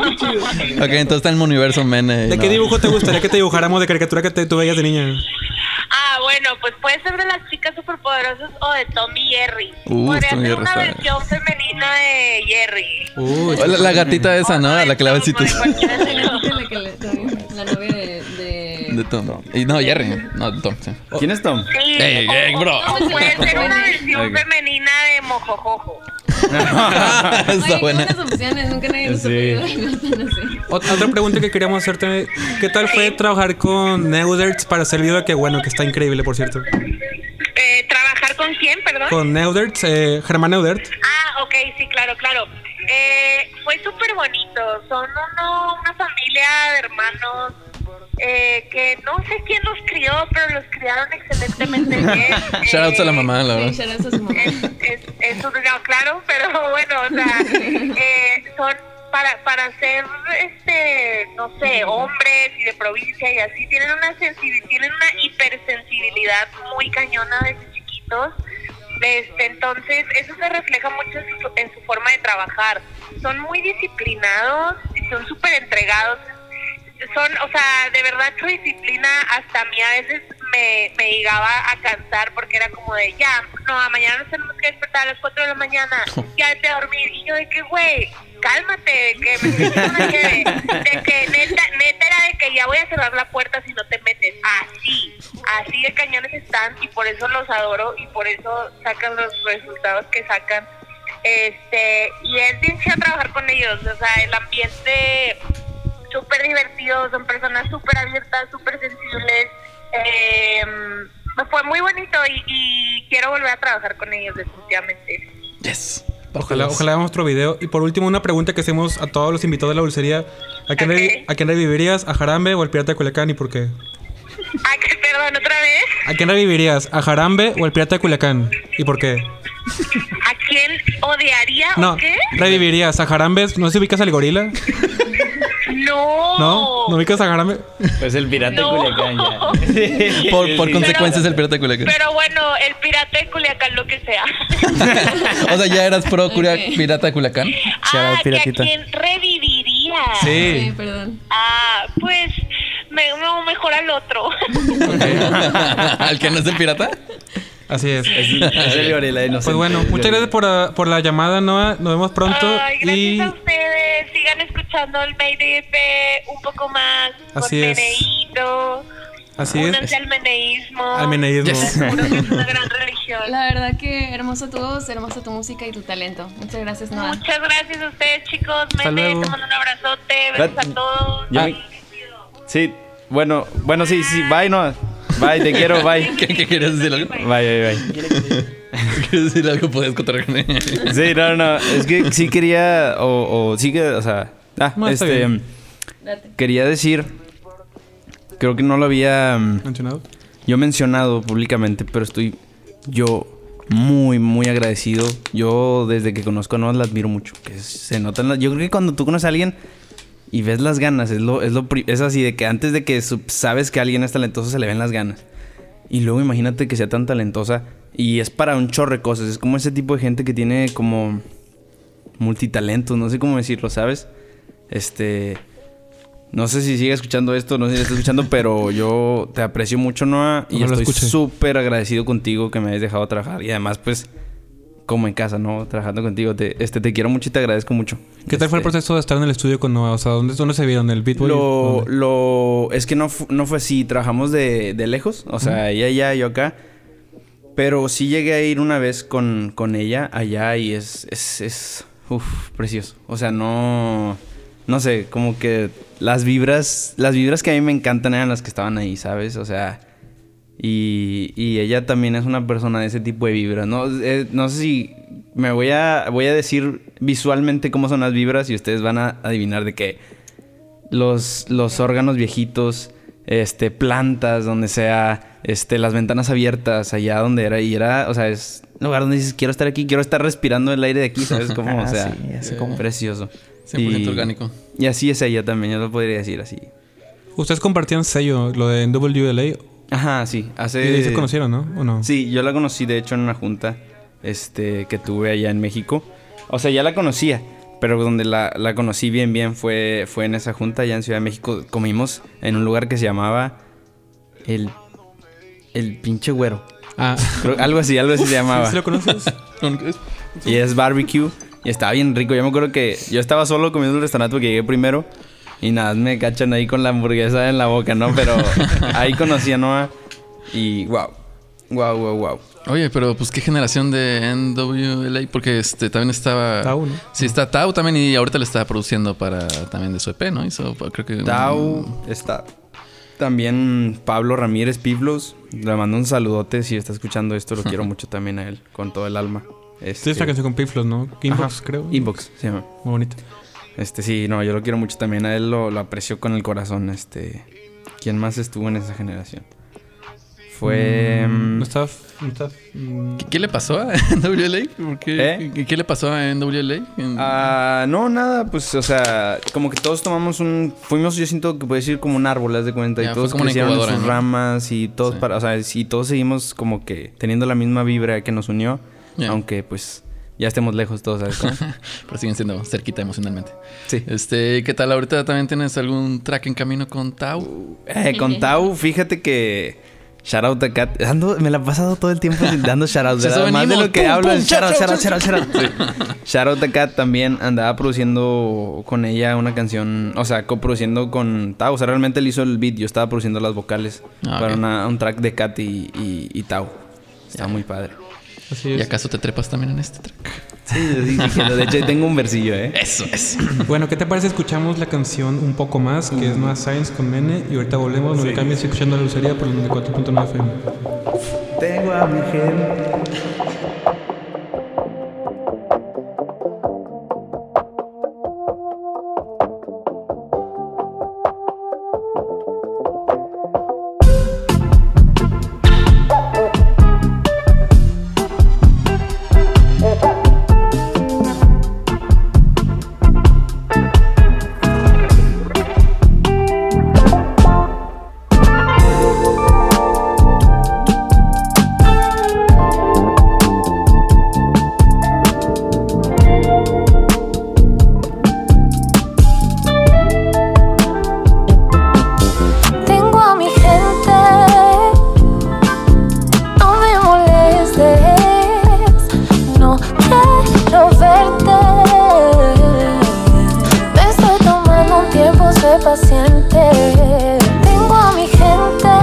S7: Pues
S4: Ok, entonces está en el universo, Mene.
S1: ¿De
S4: no.
S1: qué dibujo te gustaría que te dibujáramos de caricatura que te, tú veías de niña?
S7: Ah, bueno, pues puede ser de las chicas superpoderosas o de Tommy Jerry.
S4: Uh,
S7: Podría
S4: Tom y
S7: ser
S4: Jerry
S7: una
S4: está-
S7: versión femenina de Jerry.
S1: Uy,
S4: Oh, La, la gatita esa, ¿no?
S7: Ay,
S4: La que le
S7: no, por
S4: besitos.
S7: cualquiera de ellos.
S6: La que le- La novia de...
S4: De
S6: de-
S4: Tom. Y no, Jerry. No, de Tom, sí.
S2: ¿Quién es Tom?
S7: Sí,
S4: Ey,
S7: o-
S4: ey, bro.
S7: o Puede ser una
S6: Ok.
S7: versión femenina de Mojojojo.
S6: Hay
S4: Está buena.
S6: algunas opciones, nunca nadie nos ha pedido algo tan así.
S1: Ot- Otra pregunta que queríamos hacerte, ¿qué tal fue trabajar con Neuderts para hacer video? Que bueno, que está increíble, por cierto.
S7: Eh, ¿Trabajar con quién, perdón?
S1: Con Neuderts, eh, Germán Neudert.
S7: Ah, ok, sí, claro, claro. Eh, fue súper bonito. Son uno, una familia de hermanos eh, que no sé quién los crió, pero los criaron excelentemente bien. Eh,
S4: Shoutouts a la mamá, la
S6: Sí,
S4: verdad.
S6: shoutouts a su mamá.
S7: Es, es, es un- no, claro, pero bueno, o sea, eh, son para, para ser, este, no sé, hombres y de provincia y así, tienen una sensibilidad, tienen una hipersensibilidad muy cañona desde chiquitos. Este, entonces, eso se refleja mucho en su, en su forma de trabajar. Son muy disciplinados, y son súper entregados. Son, o sea, de verdad su disciplina hasta a mí a veces me, me llegaba a cansar porque era como de, ya, no, mañana nos tenemos que despertar a las 4 de la mañana, ya te dormir. Y yo de que, güey, cálmate, de que me estoy echando una nieve, de que neta, neta era de que ya voy a cerrar la puerta si no te metes. Así, así de cañones están y por eso los adoro y por eso sacan los resultados que sacan. Este, y es bien chido trabajar con ellos, o sea, el ambiente súper divertidos, son personas súper abiertas, súper sensibles. Eh, fue muy bonito y, y quiero volver a trabajar con ellos definitivamente.
S4: Yes.
S1: Ojalá, ojalá hagamos otro video. Y por último, una pregunta que hacemos a todos los invitados de la dulcería. ¿A quién, re-
S7: Ok.
S1: ¿A quién revivirías? ¿A Jarambe o al Pirata de Culiacán? ¿Y por qué?
S7: Ay, que- perdón, otra vez.
S1: ¿A quién revivirías? ¿A Jarambe o al Pirata de Culiacán? ¿Y por qué?
S7: ¿A quién odiaría
S1: No,
S7: o qué?
S1: revivirías a Jarambe. ¿No sé si ubicas al gorila?
S7: No.
S1: ¿No? ¿No ubicas a Jarambe?
S2: Pues el pirata de
S7: No.
S2: Culiacán ya.
S4: Por, por consecuencias del pirata de Culiacán.
S7: Pero bueno, el pirata de Culiacán, lo que sea.
S4: o sea, ya eras pro curia-
S6: Ok.
S4: pirata de Culiacán.
S7: ah, que a
S2: piratita.
S7: quién reviviría.
S6: Sí, perdón.
S7: Ah, pues me, no, mejor al otro.
S4: Al que no es el pirata.
S1: Así es.
S2: Es el gorila
S1: Pues
S2: inocente.
S1: bueno, muchas gracias por, ah, por la llamada, Noah. Nos vemos pronto.
S7: Ay, gracias
S1: y
S7: a ustedes. Sigan escuchando el MayDF un poco más. con
S1: Así es.
S7: Meneíto.
S1: así
S7: Únanse
S1: es.
S7: al meneísmo.
S1: Al meneísmo.
S7: Les juro que es una gran religión.
S6: La verdad que hermosa tu voz, hermosa tu música y tu talento. Muchas gracias, Noah.
S7: Muchas gracias a ustedes, chicos. Mene,
S1: luego. Ah.
S7: te mando un abrazote. Besos
S2: Gracias.
S7: a todos.
S2: Yo- Sí, bueno, bueno, sí, sí, bye, no. Bye, te quiero, bye.
S4: ¿Qué, qué querías decir algo?
S2: Bye, bye, bye.
S4: ¿Quieres decir algo? Podías contar con él.
S2: Sí, no, no, es que sí quería, o, o sí que, o sea, ah,
S1: No, está
S2: este,
S1: bien.
S6: Date.
S2: quería decir, creo que no lo había mm,
S1: Mencionado.
S2: yo mencionado públicamente, pero estoy yo muy, muy agradecido. Yo desde que conozco a Noah la admiro mucho, que se notan las- yo creo que cuando tú conoces a alguien y ves las ganas, es lo, es lo, pri- es así de que antes de que sup- sabes que alguien es talentoso se le ven las ganas. Y luego imagínate que sea tan talentosa y es para un chorro de cosas. Es como ese tipo de gente que tiene como multitalentos, no sé cómo decirlo, ¿sabes? Este. No sé si sigue escuchando esto, no sé si lo está escuchando, pero yo te aprecio mucho, Noah, y
S1: Ojalá lo
S2: estoy
S1: escuche.
S2: súper agradecido contigo que me hayas dejado trabajar. Y además, pues, como en casa, ¿no? Trabajando contigo. Te, este, te quiero mucho y te agradezco mucho.
S1: ¿Qué tal fue el
S2: Este,
S1: proceso de estar en el estudio con Noah? O sea, ¿dónde, dónde se vieron? ¿El Beatboy?
S2: lo, lo- es que no, fu- no fue así, trabajamos de, de lejos, o sea, ella allá, yo acá. Pero sí llegué a ir una vez con, con ella allá y es, es, es, uf, precioso. O sea, no, no sé, como que las vibras, las vibras que a mí me encantan eran las que estaban ahí, ¿sabes? O sea, y, y ella también es una persona de ese tipo de vibras, ¿no? Eh, no sé si me voy a, voy a decir visualmente cómo son las vibras y ustedes van a adivinar de qué los, los órganos viejitos, este, plantas, donde sea, este, las ventanas abiertas, allá donde era, y era, o sea, es un lugar donde dices, quiero estar aquí, quiero estar respirando el aire de aquí, ¿sabes? Como, o
S3: Ah,
S2: sea,
S3: sí, ya sé
S2: como precioso.
S4: 100% orgánico.
S2: Y así es ella también, yo lo podría decir así.
S1: Ustedes compartían sello, lo de WLA.
S2: Ajá, sí,
S1: Y
S2: hace...
S1: ahí se conocieron, ¿no? ¿O no?
S2: Sí, yo la conocí de hecho en una junta este, que tuve allá en México. O sea, ya la conocía, pero donde la, la conocí bien, bien fue, fue en esa junta allá en Ciudad de México. Comimos en un lugar que se llamaba El, el Pinche Güero.
S1: Ah,
S2: Creo- algo así, algo así se llamaba.
S1: ¿sí lo conoces?
S2: Y es barbecue. Y estaba bien rico. Yo me acuerdo que yo estaba solo comiendo en el restaurante porque llegué primero. Y nada, me cachan ahí con la hamburguesa en la boca, ¿no? Pero ahí conocí a Noah. Y wow. Wow, wow, wow.
S4: Oye, pero pues qué generación de NWLA, porque este también estaba.
S1: Tau, ¿no?
S4: Sí, está Tau también y ahorita le está produciendo para también de su EP, ¿no? Hizo, creo que. un-
S2: Tau
S1: Mm.
S2: está. También Pablo Ramírez Piblos. Le mando un saludote si está escuchando esto. Lo quiero mucho también a él, con todo el alma.
S1: Sí,
S2: Este,
S1: es la canción con Piflos, ¿no? Inbox,
S2: Ajá.
S1: creo.
S2: Inbox, se llama.
S1: Muy bonita.
S2: Este, sí, no, yo lo quiero mucho también. A él lo, lo aprecio con el corazón. Este. ¿Quién más estuvo en esa generación? Fue. mm,
S1: No está. No está mm,
S4: ¿Qué, qué le pasó a NWLA? ¿Por qué,
S2: ¿Eh?
S4: ¿Qué- ¿Qué le pasó a NWLA? En-
S2: Ah, no, nada, pues, o sea, como que todos tomamos un. Fuimos, yo siento que puede decir como un árbol, haz de cuenta,
S4: Ya,
S2: y
S4: fue
S2: todos
S4: como una
S2: crecieron en
S4: incubadora,
S2: sus
S4: ¿no?
S2: ramas y todos,
S4: Sí.
S2: para, o sea, y todos seguimos como que teniendo la misma vibra que nos unió,
S4: Ya.
S2: aunque pues ya estemos lejos todos, ¿sabes? cómo?
S4: Pero siguen siendo cerquita emocionalmente.
S2: sí.
S4: Este, ¿qué tal? Ahorita también tienes algún track en camino con Tau.
S2: Eh, con Tau, fíjate que. Shout out a Kat. Ando- me la he pasado todo el tiempo dando shout outs.
S4: Se
S2: ¿verdad? Más de
S4: venimos,
S2: lo que
S4: pum,
S2: hablo.
S4: pum,
S2: es shout out,
S4: shout
S2: shout
S4: out,
S2: out, shout out, shout out. Sí. Shout out a Kat también andaba produciendo con ella una canción. O sea, coproduciendo con Tau. O sea, realmente él hizo el beat. Yo estaba produciendo las vocales
S4: Ah,
S2: para
S4: ok.
S2: una- un track de Kat y, y- y Tau. Está muy padre.
S1: así
S4: ¿Y
S1: es.
S4: acaso te trepas también en este track?
S2: Sí, sí, sí, de hecho, tengo un versillo, ¿eh?
S4: Eso es.
S1: Bueno, ¿qué te parece? Escuchamos la canción un poco más, que es Nueva Science con Mene. Y ahorita volvemos. No le cambies escuchando la lucería por el 94.9 FM.
S2: Tengo a mi gente.
S8: Tengo a mi gente, no me molestes, no quiero verte. Me estoy tomando un tiempo, sé paciente. Tengo a mi gente,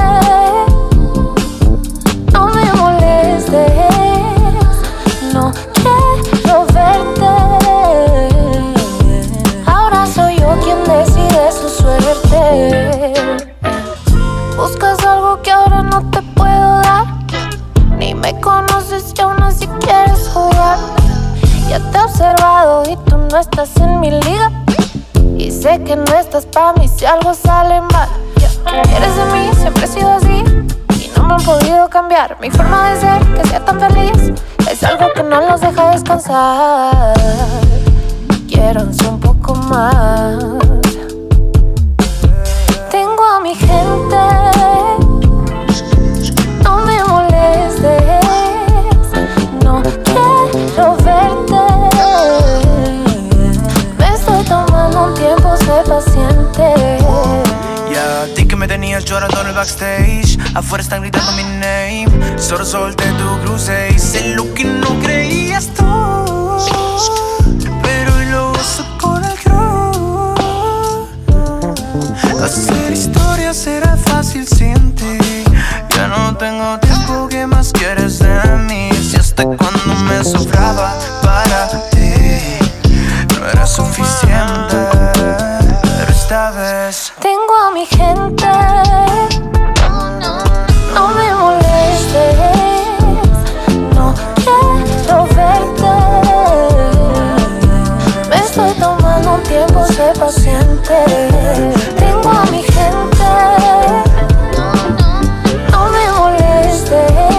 S8: no me molestes, no quiero verte. Ahora soy yo quien decide su suerte. Buscas algo que ahora no te puedo dar. Ni me conoces y aún así quieres jugar. Ya te he observado y tú no estás en mi liga. Y sé que no estás pa' mí si algo sale mal. ¿Qué quieres de mí? Siempre he sido así. Y no me han podido cambiar. Mi forma de ser, que sea tan feliz, es algo que no los deja descansar quiéranse un poco más. Tengo a mi gente, no me molestes, no quiero verte. Me estoy tomando un tiempo, sé paciente.
S9: Ya, a ti que me tenías llorando en el backstage. Afuera están gritando mi name. Solo solté tu cruce. Hice lo que no creías tú. Pero hoy lo uso con el crew. Hacer historia será fácil sin ti. Ya no tengo tiempo, ¿qué más quieres de mí? Si hasta cuando me sobraba para ti, no era suficiente. Pero esta vez.
S8: Tengo a mi gente, no me molestes, no quiero verte. Me estoy tomando un tiempo, sé paciente. Tengo a mi gente, no me molestes,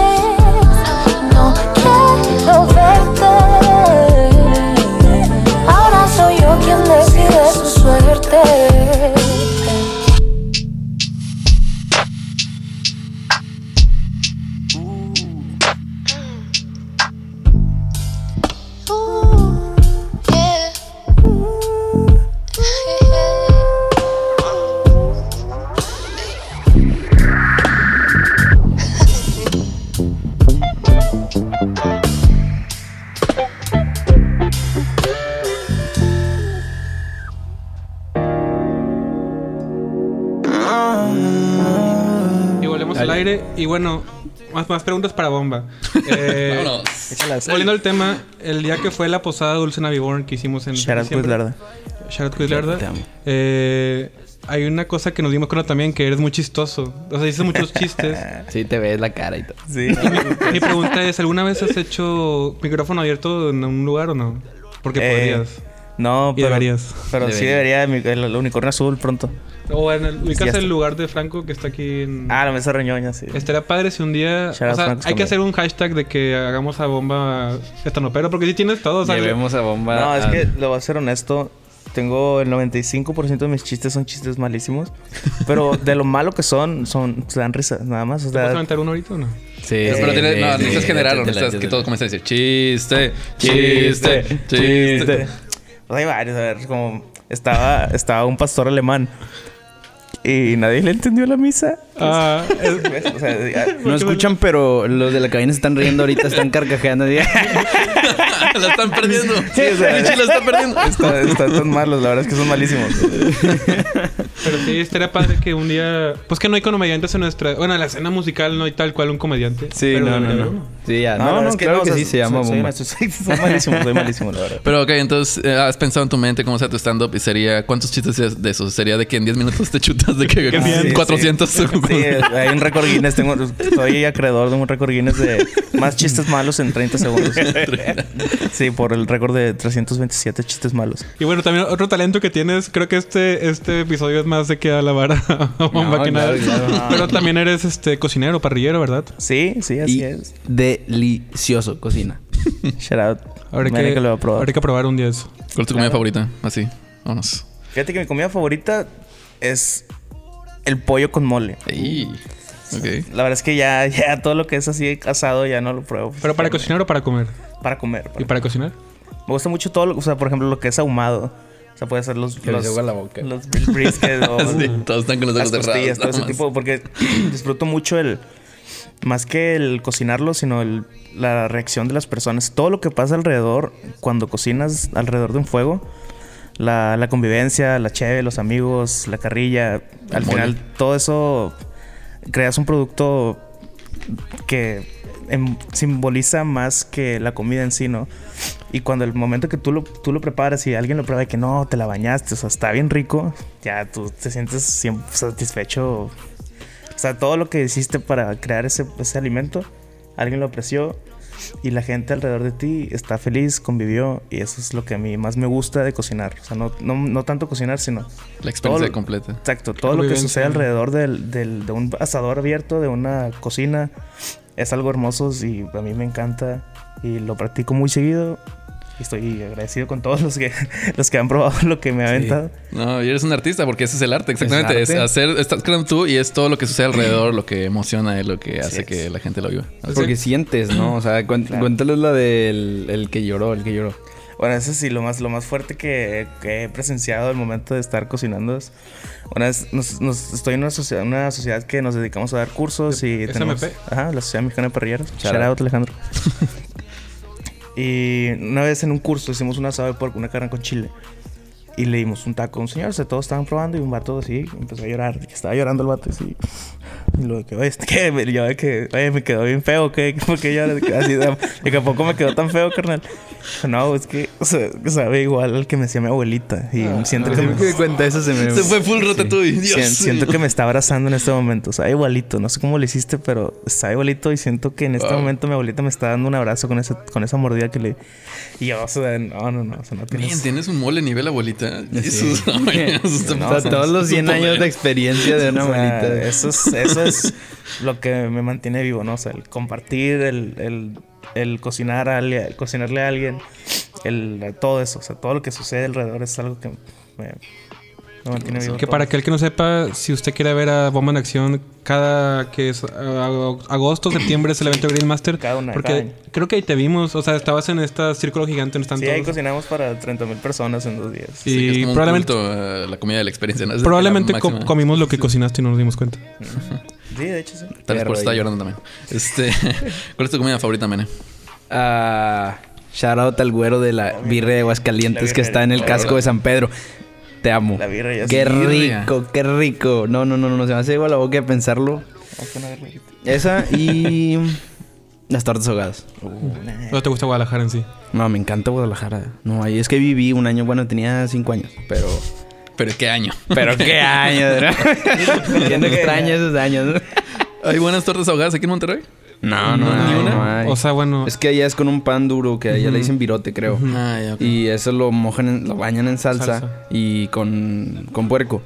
S8: no quiero verte. Ahora soy yo quien decide su suerte.
S1: Y volvemos al aire. Y bueno, Más, más preguntas para bomba. Eh,
S4: Vámonos.
S1: volviendo al tema, el día que fue la posada Dulce Naviborn que hicimos en.
S3: Shout out,
S1: diciembre.
S3: Quizlarda.
S1: Shout out Quizlarda. Eh, hay una cosa que nos dimos cuenta también que eres muy chistoso. O sea, dices muchos chistes.
S5: Sí, te ves la cara y todo.
S3: Sí.
S1: Mi pregunta es: ¿alguna vez has hecho micrófono abierto en un lugar o no? Porque
S3: Eh,
S1: podrías.
S3: No,
S1: Y
S3: pero.
S1: deberías.
S3: Pero sí debería mi- el, el unicornio azul pronto.
S1: O en el, ubicas
S3: Ya está.
S1: el lugar de Franco que está aquí en.
S3: Ah, la mesa reñoña, sí.
S1: Estaría padre si un día.
S3: Shout out
S1: o sea,
S3: Franco
S1: hay que
S3: Escamilla.
S1: hacer un hashtag de que hagamos a bomba estanopero, porque si tienes todo, o sea,
S5: Llevemos a bomba.
S3: No, es
S1: ah.
S5: al-
S3: que lo voy a ser honesto. Tengo el 95% de mis chistes son chistes malísimos. Pero de lo malo que son, son se dan risas, nada más. O
S1: ¿te vas a
S3: sea,
S1: aventar uno ahorita o no?
S5: Sí,
S4: Pero, pero
S5: sí,
S4: tienes, no,
S5: sí,
S4: necesitas
S5: sí, échatela,
S4: generarlo, necesitas que
S5: échatela.
S4: todos comiencen a decir chiste, chiste, chiste.
S3: Pues hay varios, a ver, como estaba, estaba un pastor alemán y nadie le entendió la misa.
S1: Ah, es-
S3: ¿Ves? O sea, ya-
S5: No escuchan, pero los de la cabina se están riendo ahorita, están carcajeando.
S4: la están perdiendo.
S3: Sí, o sea,
S4: Richie la está perdiendo.
S3: está- están tan malos, la verdad es que son malísimos.
S1: pero sí, estaría padre que un día. Pues que no hay comediantes en nuestra. Bueno, en la escena musical no hay tal cual un comediante.
S5: Sí,
S1: pero
S5: no, no,
S1: debería haber
S5: no.
S1: uno.
S5: Sí, ya. No,
S3: la
S5: no,
S3: verdad es que
S5: claro
S3: Ah, no, o
S5: que
S3: sea,
S5: sí se llama
S3: soy- soy
S5: bomba.
S3: honesto, soy- Son malísimos, soy malísimo, la verdad.
S4: Pero ok, entonces eh, has pensado en tu mente cómo sea tu stand-up y sería cuántos chistes es de esos. Sería de que en 10 minutos te chutas de que
S3: Ah, sí,
S4: 400.
S3: Sí, Sí, hay un récord Guinness. Tengo, soy acreedor de un récord Guinness de más chistes malos en 30 segundos. Sí, por el récord de 327 chistes malos.
S1: Y bueno, también otro talento que tienes, creo que este, este episodio es más de que alabar a a bomba
S5: No,
S1: que nada.
S5: claro, claro.
S1: Pero también eres este cocinero, parrillero, ¿verdad?
S3: Sí, sí, así
S5: Y
S3: es.
S5: delicioso cocina.
S3: Shout out.
S1: Ahora
S3: Mañana
S1: que,
S3: lo voy a probar.
S1: habrá que probar un 10.
S4: ¿Cuál es tu comida favorita? Así, vámonos.
S3: Fíjate que mi comida favorita es el pollo con mole.
S4: Ey. Ok.
S3: La verdad es que ya, ya todo lo que es así asado ya no lo pruebo.
S1: ¿Pero para cocinar o para comer?
S3: Para comer. para-
S1: ¿Y para cocinar?
S3: Me gusta mucho todo lo, o sea, por ejemplo, lo que es ahumado. O sea, puede ser los...
S5: Que les
S3: los
S5: agua la boca.
S3: Los brisket o...
S4: Sí, todos están con los
S3: las
S4: ojos cerrados.
S3: costillas, todo ese
S4: nada más.
S3: tipo, porque disfruto mucho el más que el cocinarlo, sino el, la reacción de las personas, todo lo que pasa alrededor cuando cocinas alrededor de un fuego, la, la convivencia, la cheve, los amigos, la carrilla, al final todo eso creas un producto que em- simboliza más que la comida en sí, ¿no? Y cuando el momento que tú lo, tú lo preparas y alguien lo prueba de que no, te la bañaste, o sea, está bien rico, ya tú te sientes siem- satisfecho. O sea, todo lo que hiciste para crear ese, ese alimento, alguien lo apreció y la gente alrededor de ti está feliz, convivió y eso es lo que a mí más me gusta de cocinar. O sea, no, no, no tanto cocinar, sino
S4: La experiencia
S3: Todo-
S4: completa.
S3: Exacto, todo lo que
S1: Convivencia.
S3: sucede alrededor del, del- de un asador abierto, de una cocina, es algo hermoso y a mí me encanta y lo practico muy seguido. Y estoy agradecido con todos los que, los que han probado lo que me ha aventado.
S4: No, y eres un artista porque ese es el arte, exactamente. Es,
S3: arte.
S4: hacer, estás creando tú y es todo lo que sucede alrededor, lo que emociona y lo que hace
S3: es.
S4: que la gente lo viva.
S5: Porque sientes, ¿no? O sea, cuen- cuéntales la del el que lloró, el que lloró.
S3: Bueno, eso sí, lo más, lo más fuerte que, que he presenciado al momento de estar cocinando es... Una vez nos- nos- estoy en una sociedad, una sociedad que nos dedicamos a dar cursos y
S1: ¿SMP?
S3: tenemos... Ajá, la Sociedad Mexicana de Parrilleros.
S5: Shout
S3: Shout out, Alejandro. y una vez en un curso hicimos una asado de porco, una carne con chile. Y le dimos un taco a un señor, o sea, todos estaban probando y un vato así empezó a llorar, que estaba llorando el vato así. Y lo de que, oye, este, ¿qué? Me- yo de que, oye, me quedó bien feo, ¿qué? ¿Por qué lloras? Así, de que ¿a poco me quedó tan feo, carnal? No, es que o sea, sabe igual al que me decía mi abuelita. Y siento que me,
S5: me cuenta eso se me...
S4: Se fue full ratatouille. Dios.
S3: Sien- siento que me está abrazando en este momento. Sabe igualito. No sé cómo lo hiciste, pero sabe igualito. Y siento que en este momento mi abuelita me está dando un abrazo con esa, con esa mordida que le. Y yo, o sea, no, no, no. O sea, no
S4: Man,
S3: tienes.
S4: tienes un mole nivel abuelita. Jesús. Ay, eso está-
S5: O sea, todos los 100 años de experiencia de una
S3: o sea,
S5: abuelita.
S3: eso, es, eso es lo que me mantiene vivo, ¿no? O sea, el compartir, el, el, el cocinar a alguien, el cocinarle a alguien, el, todo eso. O sea, todo lo que sucede alrededor es algo que me, me mantiene vivo.
S1: Que
S3: todo.
S1: para aquel que no sepa, si usted quiere ver a Bomba en acción, cada que es ah, agosto, septiembre es el evento Grillmaster.
S3: Cada una,
S1: Porque
S3: cada año.
S1: creo que ahí te vimos, o sea, estabas en este círculo gigante donde están
S3: Sí, ahí
S1: todos.
S3: cocinamos para 30 mil personas en dos días.
S1: Y
S4: Sí, que es como un
S1: probablemente,
S4: culto a la comida de la experiencia. ¿no? Es
S1: probablemente
S4: la
S1: co-
S4: máxima.
S1: comimos lo que cocinaste y no nos dimos cuenta.
S3: Eh. Sí, de hecho, sí.
S4: Tal vez por eso estaba llorando también. Este, ¿Cuál es tu comida favorita, Mene?
S5: Ah, shout out al güero de la birria de
S3: La
S5: Aguascalientes
S3: birria
S5: que está en el casco de San Pedro. Te amo.
S3: La birria ya
S5: Qué
S3: sí.
S5: rico, qué rico. No, no, no, no, no, se me hace igual la boca de pensarlo.
S2: Esa y. Las tortas ahogadas.
S1: ¿No te gusta Guadalajara en sí?
S2: No, me encanta Guadalajara. No, ahí es que viví un año, bueno, tenía cinco años, pero.
S4: Pero qué año.
S2: Pero qué años, ¿no? Siendo extraño esos años, ¿no?
S4: ¿Hay buenas tortas ahogadas aquí en Monterrey?
S2: No, no,
S1: ¿Ni
S2: hay,
S1: una?
S2: no hay.
S1: O sea, bueno.
S2: es que allá es con un pan duro que allá le dicen virote, creo.
S4: Ay, ok.
S2: Mm. Y eso lo mojan, en- lo bañan en salsa,
S1: Salsa.
S2: y con, con puerco.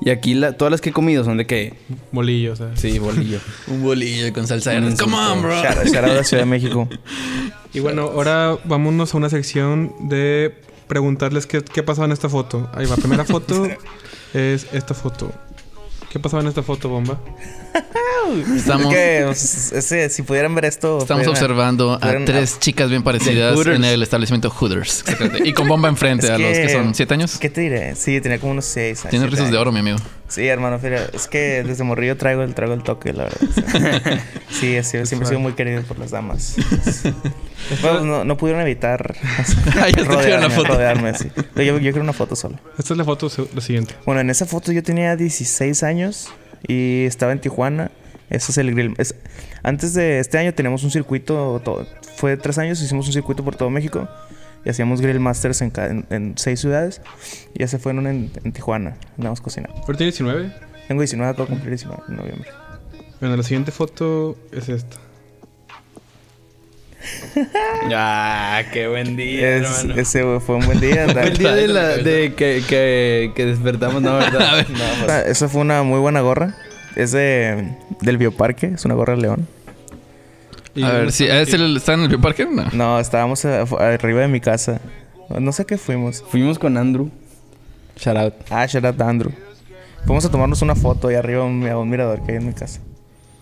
S2: Y aquí la- todas las que he comido son de que.
S1: Bolillo, o sea.
S2: Sí, bolillo.
S4: Un bolillo con salsa verde. Come on, bro.
S3: Shout shout out a la Ciudad de México.
S1: Y bueno, ahora vámonos a una sección de preguntarles qué, qué pasaba en esta foto. Ahí va, primera foto es esta foto. ¿Qué pasaba en esta foto, bomba?
S4: Estamos,
S3: Es que pues, ese- si pudieran ver esto.
S4: estamos
S3: pudieran-
S4: observando a
S3: fueron
S4: tres chicas bien parecidas
S3: Hooters.
S4: en el establecimiento Hooters. Exactamente. Y con bomba enfrente
S3: Es
S4: a los que son siete años.
S3: ¿Qué te diré? Sí, tenía como unos seis años.
S4: Tienes
S3: siete
S4: rizos de
S3: años.
S4: oro, mi amigo.
S3: Sí, hermano, fíjate, es que desde morrillo traigo el trago el toque, la verdad. o sea. sí, he sido- siempre he sido muy querido por las damas. Bueno, pues, no, no pudieron evitar
S4: Ah, ya te pidieron la
S3: rodearme,
S4: foto.
S3: rodearme, sí. Yo, yo quiero una foto sola.
S1: Esta es la foto, se- la siguiente.
S3: Bueno, en esa foto yo tenía 16 años y estaba en Tijuana. Ese es el grill. es- antes de este año teníamos un circuito, todo- fue tres años, hicimos un circuito por todo México y hacíamos grill masters en, ca- en- en seis ciudades y ese fue en, uno en, en Tijuana. Andamos cocinando.
S1: Ahora tiene 19.
S3: Tengo 19, acabo de cumplir 19 en noviembre.
S1: Bueno, la siguiente foto es esta.
S2: ah, qué buen día.
S3: Es- ese güey, fue un buen día. andar-
S2: El día de, la, de que, que, que despertamos, no, ¿verdad? No, pues,
S3: Ah, Esa fue una muy buena gorra. Es de, del Bioparque, es una gorra de león.
S1: Y
S4: A ver, si ¿es el- ¿está en el bioparque? No.
S3: No, estábamos a- afu- arriba de mi casa. No sé qué fuimos.
S2: fuimos con Andrew. Shout out.
S3: Ah, shout out a Andrew. Vamos a tomarnos una foto ahí arriba a un, a un mirador que hay en mi casa.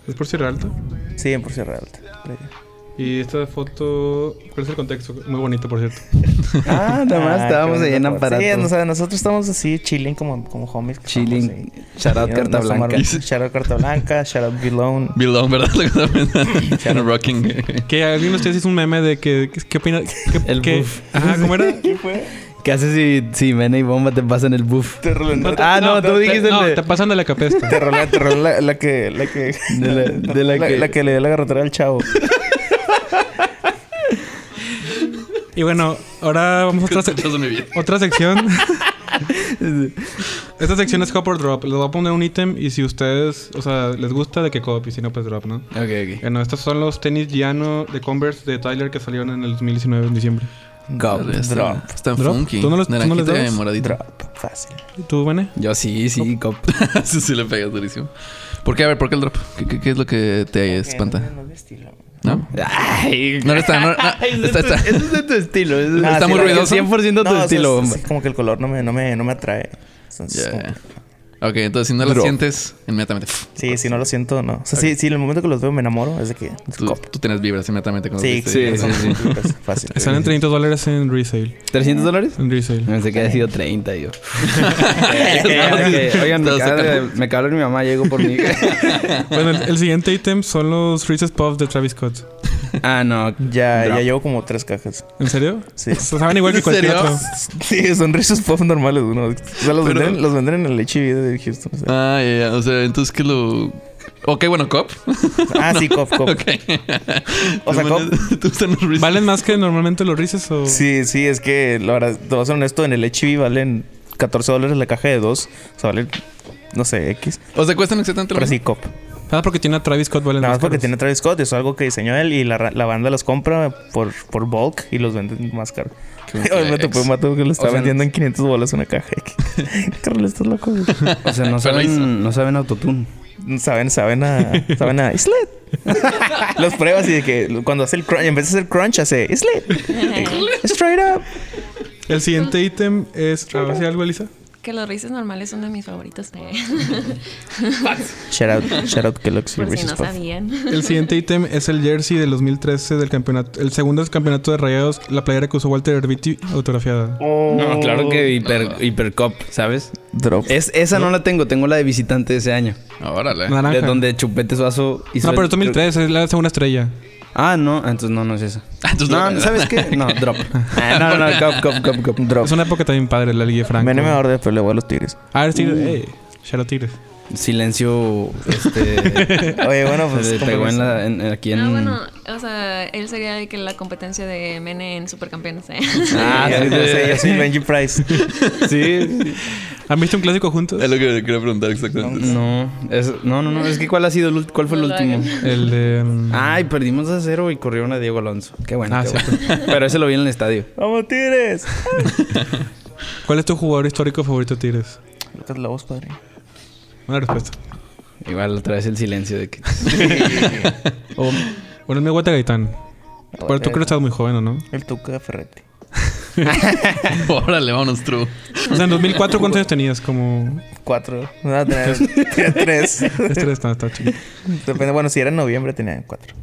S1: Es por Sierra Alta.
S3: Sí, en por Sierra Alta. por allá.
S1: Y esta foto, ¿cuál es el contexto? Muy bonito, por cierto.
S2: Ah, nada más
S3: Ah,
S2: estábamos
S3: qué
S2: ahí en
S3: bonito, por-
S2: aparato.
S3: Sí, no, o sea, nosotros estamos así chilling como, como homies. que somos,
S2: Chilling.
S3: sí.
S2: Shout out
S3: Y nos-
S2: Carta
S3: nos
S2: Blanca.
S3: tomaron- Shout out Carta Blanca, shout out Belone.
S4: Bilón, ¿verdad? Shadow Rocking.
S1: Que alguien de ustedes hizo un meme de que. ¿Qué, qué opina? ¿Qué,
S2: El
S1: qué-
S2: buff.
S1: Ajá, ¿cómo era?
S2: ¿Qué haces si, si Mena y Bomba te pasan el buff? ah, no, tú dijiste
S1: No,
S2: el
S1: te
S2: de,
S1: pasan de la capesta.
S3: Te rolé, te rolé la, la que. La que,
S2: de la, de la
S3: la,
S2: que...
S3: la que le dio la garrotera al chavo.
S1: Y bueno, ahora vamos a otra,
S4: Entonces, mi vida.
S1: Otra sección. Esta sección es cop or drop. Les voy a poner un ítem y si ustedes, o sea, les gusta de que cop y si no, pues drop, ¿no?
S2: Ok, ok.
S1: Bueno, estos son los tenis Giano de Converse de Tyler que salieron en el 2019 en diciembre.
S2: Go.
S4: Está, está
S1: Drop.
S4: funky.
S1: ¿Tú no los- tú no les
S4: Naranjita
S1: dabas?
S4: y moradito.
S3: Drop, fácil.
S1: ¿Y ¿Tú, Bene?
S2: Yo sí, sí, cop.
S4: sí, sí le pegas durísimo. ¿Por qué? A ver, ¿por qué el drop? ¿Qué, qué- qué es lo que te espanta?
S3: No, es de estilo.
S4: ¿No?
S2: Ay,
S4: No, no está, no, no,
S2: eso,
S4: está,
S2: es de
S4: está.
S2: tu- eso es de tu estilo. eso es-
S3: Ah,
S4: Está
S3: sí,
S4: muy
S3: no,
S4: ruidoso.
S2: 100% tu
S3: No, o sea,
S2: estilo,
S3: es-
S2: Bomba.
S3: es como que el color no me, no me, no me atrae. Entonces, como
S4: Ya. Ok, entonces si no la
S3: Drop.
S4: sientes, inmediatamente.
S3: Sí, si no lo siento, no. O sea, sí, sí, en el momento que los veo me enamoro, es de que. es
S4: Tú,
S3: cop.
S4: tú tienes vibras inmediatamente cuando
S3: Sí,
S4: viste-
S3: sí, sí,
S2: sí,
S3: Eh, sí. Fácil.
S1: Están en 300 dólares en resale.
S2: ¿300 dólares?
S1: En resale.
S2: No sé que ha sido 30, yo.
S4: Oigan,
S2: Oigan,
S4: me
S2: me
S4: acaba de-
S2: cabrón me mi mamá, llego por mí.
S1: Bueno, el, el siguiente ítem son los Reese's Puffs de Travis Scott.
S2: ah, no.
S3: Ya,
S2: Drop.
S3: ya llevo como tres cajas.
S1: ¿En serio?
S3: Sí.
S1: Saben igual que cualquier otro.
S3: Sí, son risas pop normales, uno. O sea, los, venden, los venden en el HIV de Houston. o sea.
S4: Ah, ya, ya. O sea, entonces que lo. Ok, bueno, cop.
S3: Ah, sí, cop, cop.
S4: Ok.
S3: O sea, cop.
S4: ¿Tú estás en los
S1: ¿Valen más que normalmente los Reese's o...?
S3: Sí, sí, es que, la verdad, te voy a ser honesto, en el HIV valen 14 dólares la caja de dos. O sea, valen, no sé, X.
S4: O sea, cuestan exactamente lo
S3: Pero sí,
S4: mismo.
S3: cop.
S1: Nada más porque tiene a Travis Scott, valen
S3: Nada más
S1: más
S3: porque
S1: caros.
S3: tiene Travis Scott, eso es algo que diseñó él y la, ra- la banda los compra por, por bulk y los venden más caro. Obviamente,
S4: flex.
S3: pues mato que lo está
S2: sea,
S3: vendiendo en 500 bolas una caja. Carlos, estás loco. güey.
S2: O sea, no
S4: hizo.
S2: saben, no saben autotune.
S3: Saben, saben a. Saben a. Islet. los pruebas y de que cuando hace el crunch, en vez de hacer crunch, hace Islet. Straight up.
S1: El siguiente ítem es... A ver si algo, Elisa.
S6: Que los raíces normales son de mis favoritos. eh.
S3: Shout out, shout out Kellogg's y
S6: Por si
S3: Reese's
S6: no
S3: Puff.
S6: sabían.
S1: El siguiente ítem es el jersey del 2013 del campeonato, el segundo del campeonato de rayados, la playera que usó Walter Herbiti autografiada.
S3: Oh,
S2: No, claro que hiper, hipercop, ¿sabes?
S3: Drop.
S6: Eh,
S2: Es, esa no la tengo, tengo la de visitante de ese año.
S4: Órale.
S1: Naranja.
S2: De donde Chupete Suazo hizo.
S1: no, pero
S2: el-
S1: es 2013, es la segunda estrella.
S2: Ah, no, ah, entonces no, no es esa.
S4: Ah, entonces
S2: no,
S4: no.
S2: ¿sabes qué? No, drop. Ah, no, no, cop, cop, cop, cop.
S3: Drop.
S2: Ah,
S1: Es una época también padre, la Liga Franca.
S3: Veneme ahora, pero le voy a los tigres.
S1: Ah, es Tigres. eh, Shadow Tigres.
S2: silencio este,
S3: Oye, bueno, pues.
S2: se le
S3: con
S2: pegó en
S3: permiso.
S2: la, en- en- aquí en...
S6: Ah, bueno, o sea, él sería el que la competencia de Mene en Supercampeones. ¿eh?
S2: Ah,
S3: Ya,
S2: sí,
S3: yo
S2: sí,
S3: sé, yo soy Benji Price.
S2: sí.
S1: ¿Han visto un clásico juntos?
S4: Es lo que le quería preguntar exactamente.
S2: No, es- no, no, no. Es que ¿cuál ha sido el ult- cuál fue el
S6: No lo
S2: último?
S1: El de. mm,
S2: Ay, perdimos a cero y corrieron a Diego Alonso. Qué bueno.
S1: Ah,
S2: qué
S1: cierto.
S2: bueno. Pero ese lo vi en el estadio.
S3: ¡Vamos, Tigres!
S1: ¿Cuál es tu jugador histórico favorito, de Tigres?
S3: Lucas Lobos, padre.
S1: Buena respuesta.
S2: Igual otra vez el silencio de que.
S1: O, bueno, es mi guata Gaitán. Pero tú creo que estás muy joven, ¿o ¿no?
S3: Eh, El Tuca Ferretti.
S4: Órale, vámonos, true.
S1: O sea, en 2004, ¿cuántos años tenías? Como.
S3: Cuatro. No, tenía tenía tres.
S1: Es tres, está- está chiquito.
S3: Depende, bueno, si era en noviembre tenía cuatro.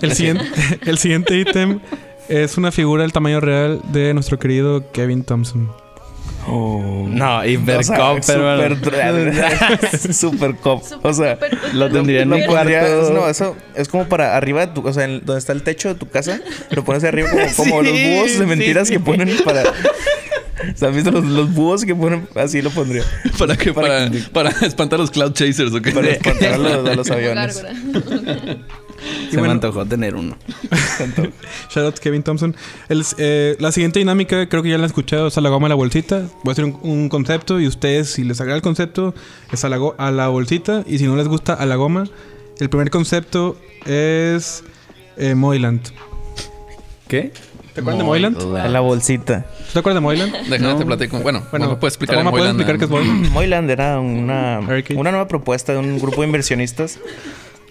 S1: El siguiente, el siguiente ítem es una figura del tamaño real de nuestro querido Kevin Thompson.
S2: No, hiper
S3: O sea,
S2: cop, pero.
S3: super, dra- super cop. O sea,
S2: Lo tendría en
S3: lo
S2: mi
S3: pondría-
S2: cuarto.
S3: No, eso es como para arriba, de tu, o sea, en- donde está el techo de tu casa, lo pones arriba como, como los búhos de mentiras que ponen para. ¿Se han visto los, los búhos que ponen? Así lo pondría.
S4: ¿Para qué? Para, para espantar a los cloud chasers, ¿o qué?
S3: Para espantar a los, a los aviones.
S6: Gárgora.
S2: Se me antojó tener uno.
S1: Shout out Kevin Thompson. El, eh, la siguiente dinámica, creo que ya la han escuchado, es a la goma a la bolsita. Voy a hacer un, un concepto y ustedes, si les agrada el concepto, es a la, go- a la bolsita. Y si no les gusta, a la goma. El primer concepto es eh, Moyland.
S2: ¿Qué?
S1: ¿Te acuerdas de Moyland? ¿Tú
S3: A la bolsita.
S1: te acuerdas de Moyland?
S4: Déjame te platico. Bueno,
S1: Bueno,
S4: bueno, puedes explicar
S1: la
S4: en
S1: goma puede
S4: Moylan,
S1: explicar qué es
S4: ¿no?
S1: Moyland.
S3: Moyland era una,
S1: Eric.
S3: una nueva propuesta de un grupo de inversionistas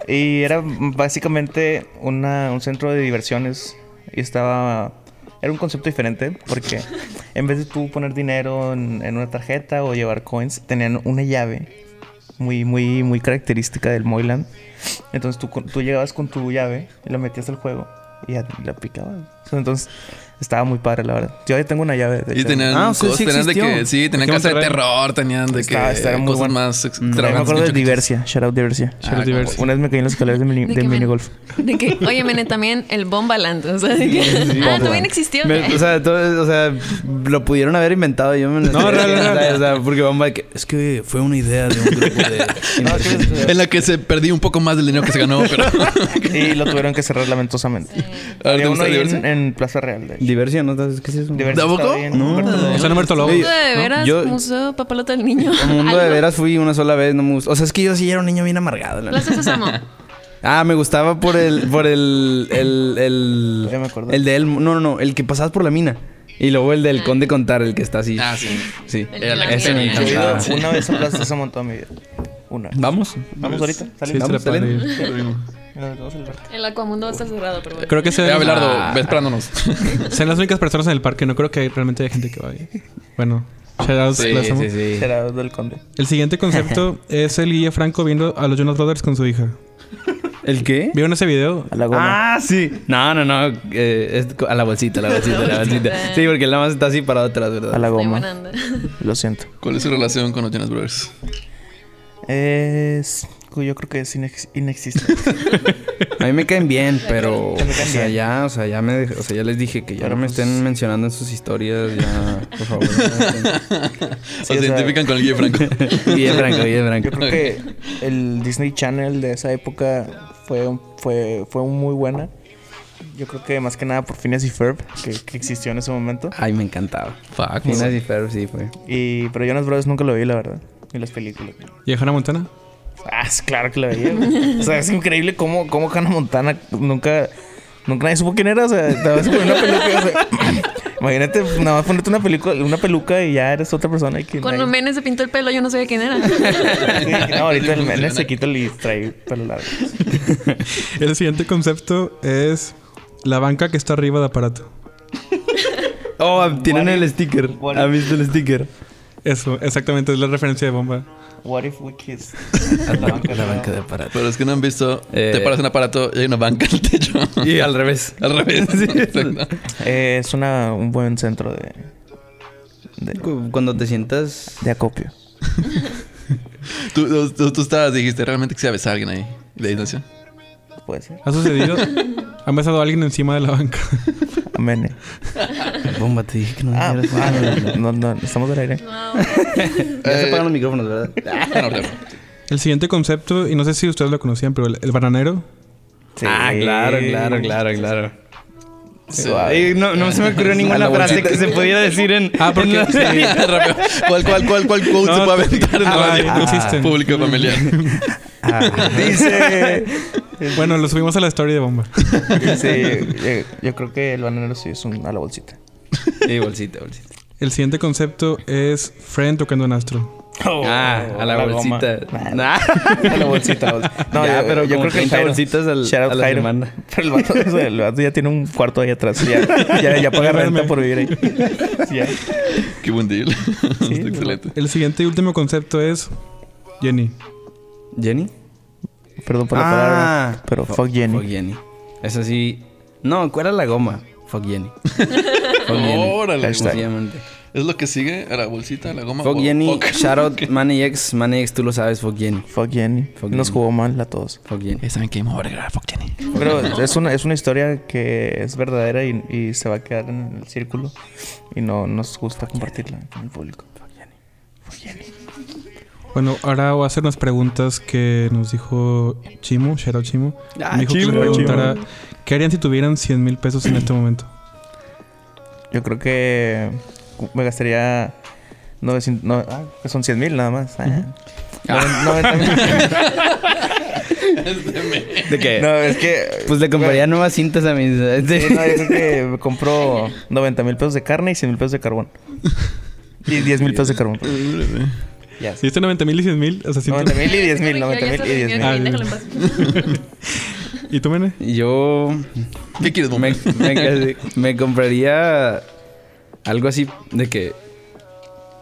S3: y era básicamente una- un centro de diversiones y estaba... Era un concepto diferente porque en vez de tú poner dinero en, en una tarjeta o llevar coins, tenían una llave muy, muy, muy característica del Moyland. Entonces tú, con- tú llegabas con tu llave y la metías al juego y ya la picabas. Entonces estaba muy padre, la verdad. Yo ya tengo una llave. de
S4: Y
S3: hecho.
S4: tenían
S2: Ah, o sea,
S4: cosas,
S2: sí
S4: tenían de
S2: existió.
S4: que sí, tenían
S1: Aquí en
S4: casa de
S1: Monterrey.
S4: terror, tenían de que
S3: Estaba- estaba muy
S4: cosas
S3: bueno.
S4: más
S3: Yo me
S4: extravagantes.
S3: acuerdo de
S4: que-
S3: Diversia. Shout out Diversia.
S4: Ah,
S1: Shout out
S4: como-
S1: Diversia.
S3: Una vez me caí en las escaleras de mini,
S6: ¿De
S3: del
S6: qué me-
S3: minigolf.
S6: De que, oye, Mene, también el Bombaland. O sea, de que, ah, también existió.
S2: Me- o, sea, todo- o sea, lo pudieron haber inventado. Yo me lo
S1: No, real,
S2: O sea,
S1: real.
S2: o sea, porque vamos a que- Es que fue una idea de un grupo de.
S4: En la que se perdió un poco más del dinero que se ganó, pero.
S3: Y lo tuvieron que cerrar lamentosamente.
S4: A ver, ¿te
S3: Había uno
S4: gusta
S3: ahí en,
S4: Diversia?
S3: en Plaza Real, de hecho.
S2: Diversión, ¿no? ¿Sabes ¿Qué es eso?
S3: Diversia
S4: ¿Tampoco?
S3: estaba bien.
S2: No.
S3: Humberto Lobo.
S1: Está en Humberto Lobo.
S6: Mundo de veras,
S2: yo-
S6: Museo Papalote del Niño.
S2: Al mundo de
S6: Algo.
S2: veras fui una sola vez, no me gustó. O sea, es que yo sí era un niño bien amargado. la neta.
S6: Plaza Sésamo.
S2: Ah, me gustaba por el. Por el. El. El,
S3: Ya me acordé.
S2: el de él. No, no, no. El que pasabas por la mina. Y luego el del Conde Contar, el que está así.
S4: Ah, sí.
S2: Sí.
S6: El
S4: Era Ah. la que
S6: Ese
S4: se
S6: me
S3: Yo he ido
S4: encantaba.
S3: una vez a Plaza Sésamo en toda mi vida. Una.
S2: Vamos.
S3: Vamos ahorita.
S1: Sí,
S3: Salimos.
S1: se la
S2: Vamos, Belén.
S1: padre.
S3: Nos vemos el rato.
S6: El Aquamundo va a estar cerrado, pero bueno.
S1: Creo que
S4: Eh,
S1: se
S4: Abelardo,
S3: Ah.
S4: ve esperándonos.
S1: Sean las únicas personas en el parque. No creo que hay- realmente haya gente que vaya. Bueno, shout out
S2: Sí,
S1: Plaza Mo-
S2: sí, sí.
S3: Será del conde.
S1: El siguiente concepto es el Guille Franco viendo a los Jonas Brothers con su hija.
S2: ¿El qué?
S1: ¿Vieron ese video?
S3: A la goma.
S2: Ah, sí. No, no, no. eh, es co- a la bolsita, a la bolsita, a la bolsita. Sí, porque él nada más está así parado atrás,
S3: a
S2: ¿verdad?
S3: la
S6: De buena
S3: goma.
S6: onda.
S3: Lo siento.
S4: ¿Cuál es su relación con los Jonas Brothers?
S3: Es... Yo creo que es inex- inexistente.
S2: A mí me caen bien, pero. O
S3: caen
S2: sea,
S3: bien.
S2: ya, o sea, ya me dej- o sea, ya les dije que ya
S3: Pero
S2: no me
S3: pues-
S2: estén mencionando en sus historias. Ya, por favor. no
S4: ¿O
S3: o
S4: se
S3: sea-
S4: identifican con el Guille Franco?
S2: me- Bien franco, bien
S3: Yo
S2: franco.
S3: creo que el Disney Channel de esa época fue, un- fue, fue un muy buena. Yo creo que más que nada por Phineas y Ferb, que, que existió en ese momento.
S2: Ay, me encantaba.
S4: Fuck.
S2: Finas y Ferb, sí, fue.
S3: Y, pero Jonas Brothers nunca lo vi, la verdad. Ni las películas.
S1: ¿Y a Hannah Montana?
S3: Ah, sí, claro que lo veía. güey. o sea, es increíble cómo, cómo Hannah Montana nunca... Nunca nadie supo quién era, o sea, nada más por una peluca, o sea, imagínate, nada más ponerte una peluca, una peluca y ya eres otra persona. Y que
S6: Cuando
S3: nadie-
S6: Mene se pintó el pelo, yo no sabía quién era.
S3: Sí, no, ahorita el men se quita y trae pelo largo.
S1: El siguiente concepto es la banca que está arriba de aparato.
S2: Oh, tienen
S3: What
S2: el
S3: if-
S2: sticker.
S3: what
S2: ¿Han visto el sticker?
S1: Eso, exactamente, es la referencia de bomba.
S3: What if we kiss?
S2: La banca, la banca de aparato.
S4: Pero es que no han visto.
S2: Eh.
S4: Te paras en un aparato y hay una banca en el techo.
S2: Y al revés.
S4: Al revés. Exacto.
S3: Eh, es una, un buen centro de, de,
S2: Cu- Cuando te sientas.
S3: de acopio.
S4: Tú, tú, tú- tú estabas, dijiste, realmente quisiera besar a alguien ahí. De ahí nació.
S3: Puede ser.
S1: ¿Ha sucedido? ¿Han besado a alguien encima de la banca?
S3: Amén.
S2: Bomba, te dije que no
S3: Ah,
S2: dijeras
S3: ah,
S2: eso.
S3: no, no, no, estamos al aire.
S6: No,
S2: Eh, Ya se apagan los micrófonos, ¿verdad?
S4: Bueno, claro.
S1: El El siguiente concepto, y no sé si ustedes lo conocían, pero el, el bananero.
S3: Sí.
S2: Ah, claro, claro, claro, claro.
S3: Suave.
S2: Eh, no, no se me ocurrió ninguna frase que se pudiera decir en.
S1: Ah, porque
S2: en la-
S1: sí.
S4: Rápido. ¿Cuál, cuál, cuál, cuál quote
S1: No,
S4: se puede aventar en
S1: ah,
S4: radio?
S1: no existen. Mm.
S4: Público familiar.
S3: Ah, dice.
S1: Bueno, lo subimos a la story de bomba.
S3: Sí, yo, yo creo que el bananero sí es un a la bolsita.
S2: Sí, bolsita, bolsita.
S1: El siguiente concepto es Friend tocando en astro.
S2: ah, a la,
S3: goma.
S2: bolsita. Nah.
S3: A la bolsita, la bolsita. No,
S2: Ya,
S3: yo-
S2: pero
S3: yo
S2: como
S3: creo que el
S2: 30
S3: Jairo.
S2: bolsitas al-
S3: Shout out
S2: a la
S3: Jairo.
S2: semana.
S3: Pero el vato, o sea, el vato ya tiene un cuarto ahí atrás. Ya, ya, ya paga renta por vivir ahí. Sí, ya.
S4: Qué buen deal. Está excelente.
S1: El siguiente y último concepto es Jenny.
S2: ¿Jenny?
S3: Perdón por la
S2: Ah.
S3: palabra. Pero
S2: Fu-
S3: fuck Jenny.
S2: Fuck Jenny. Eso sí. No, ¿cuál era la goma? Fuck Jenny. Fuck Jenny.
S4: Órale.
S3: Hashtag.
S2: Obviamente.
S4: ¿Es lo que sigue? ¿A la bolsita? ¿A la goma?
S2: Fuck
S4: o-
S2: Jenny,
S4: fuck?
S2: shout out Manny X. Manny X, tú lo sabes, fuck Jenny.
S3: Fuck Jenny.
S2: Fuck
S3: Nos
S2: Jenny.
S3: jugó mal a todos.
S2: Fuck Jenny.
S4: Ya saben que me voy a agregar. Fuck Jenny.
S3: Pero es una, es una historia que es verdadera y, y se va a quedar en el círculo. Y no nos gusta compartirla con el público.
S1: Bueno, ahora voy a hacer unas preguntas que nos dijo Chimo, Shero Chimo.
S3: Ah,
S1: Me dijo que le preguntara qué harían si tuvieran 100 mil pesos en este momento.
S3: Yo creo que me gastaría 900, no, ah, que son 100 mil nada más. Ah.
S2: Ah.
S3: No,
S2: ¿De qué?
S3: no, es que.
S2: Pues le compraría nuevas cintas a mis.
S3: Sí, no, yo creo que me compro 90 mil pesos de carne y 100 mil pesos de carbón. Y 10 mil pesos de carbón. Ya.
S1: Si este 90 mil y 100 mil, o sea, 100
S3: 90 mil y 10 mil,
S6: Ya
S3: 90 mil
S6: se
S3: y 10 mil.
S6: rindió,
S1: Ah,
S6: Kevin, déjalo en paz.
S1: ¿Y tú, Mene?
S2: Yo
S4: ¿Qué quieres, mamá?
S2: me, me- me compraría algo así de que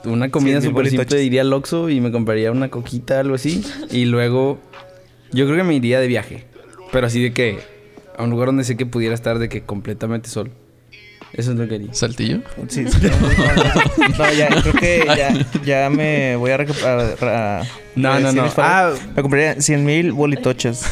S2: una comida
S3: Sí, mil
S2: súper simple
S3: bolitoches.
S2: iría al Oxxo y me compraría una coquita, algo así. Y luego yo creo que me iría de viaje. Pero así de que a un lugar donde sé que pudiera estar de que completamente solo. Eso es lo que haría.
S4: ¿Saltillo?
S3: Sí, sí, no, no, no, no, ya, creo que ya, ya me voy a. recu- a- a-
S2: No, no,
S3: a- decir
S2: no.
S3: mis palabras.
S2: Ah.
S3: Me compraría 100 mil bolitoches.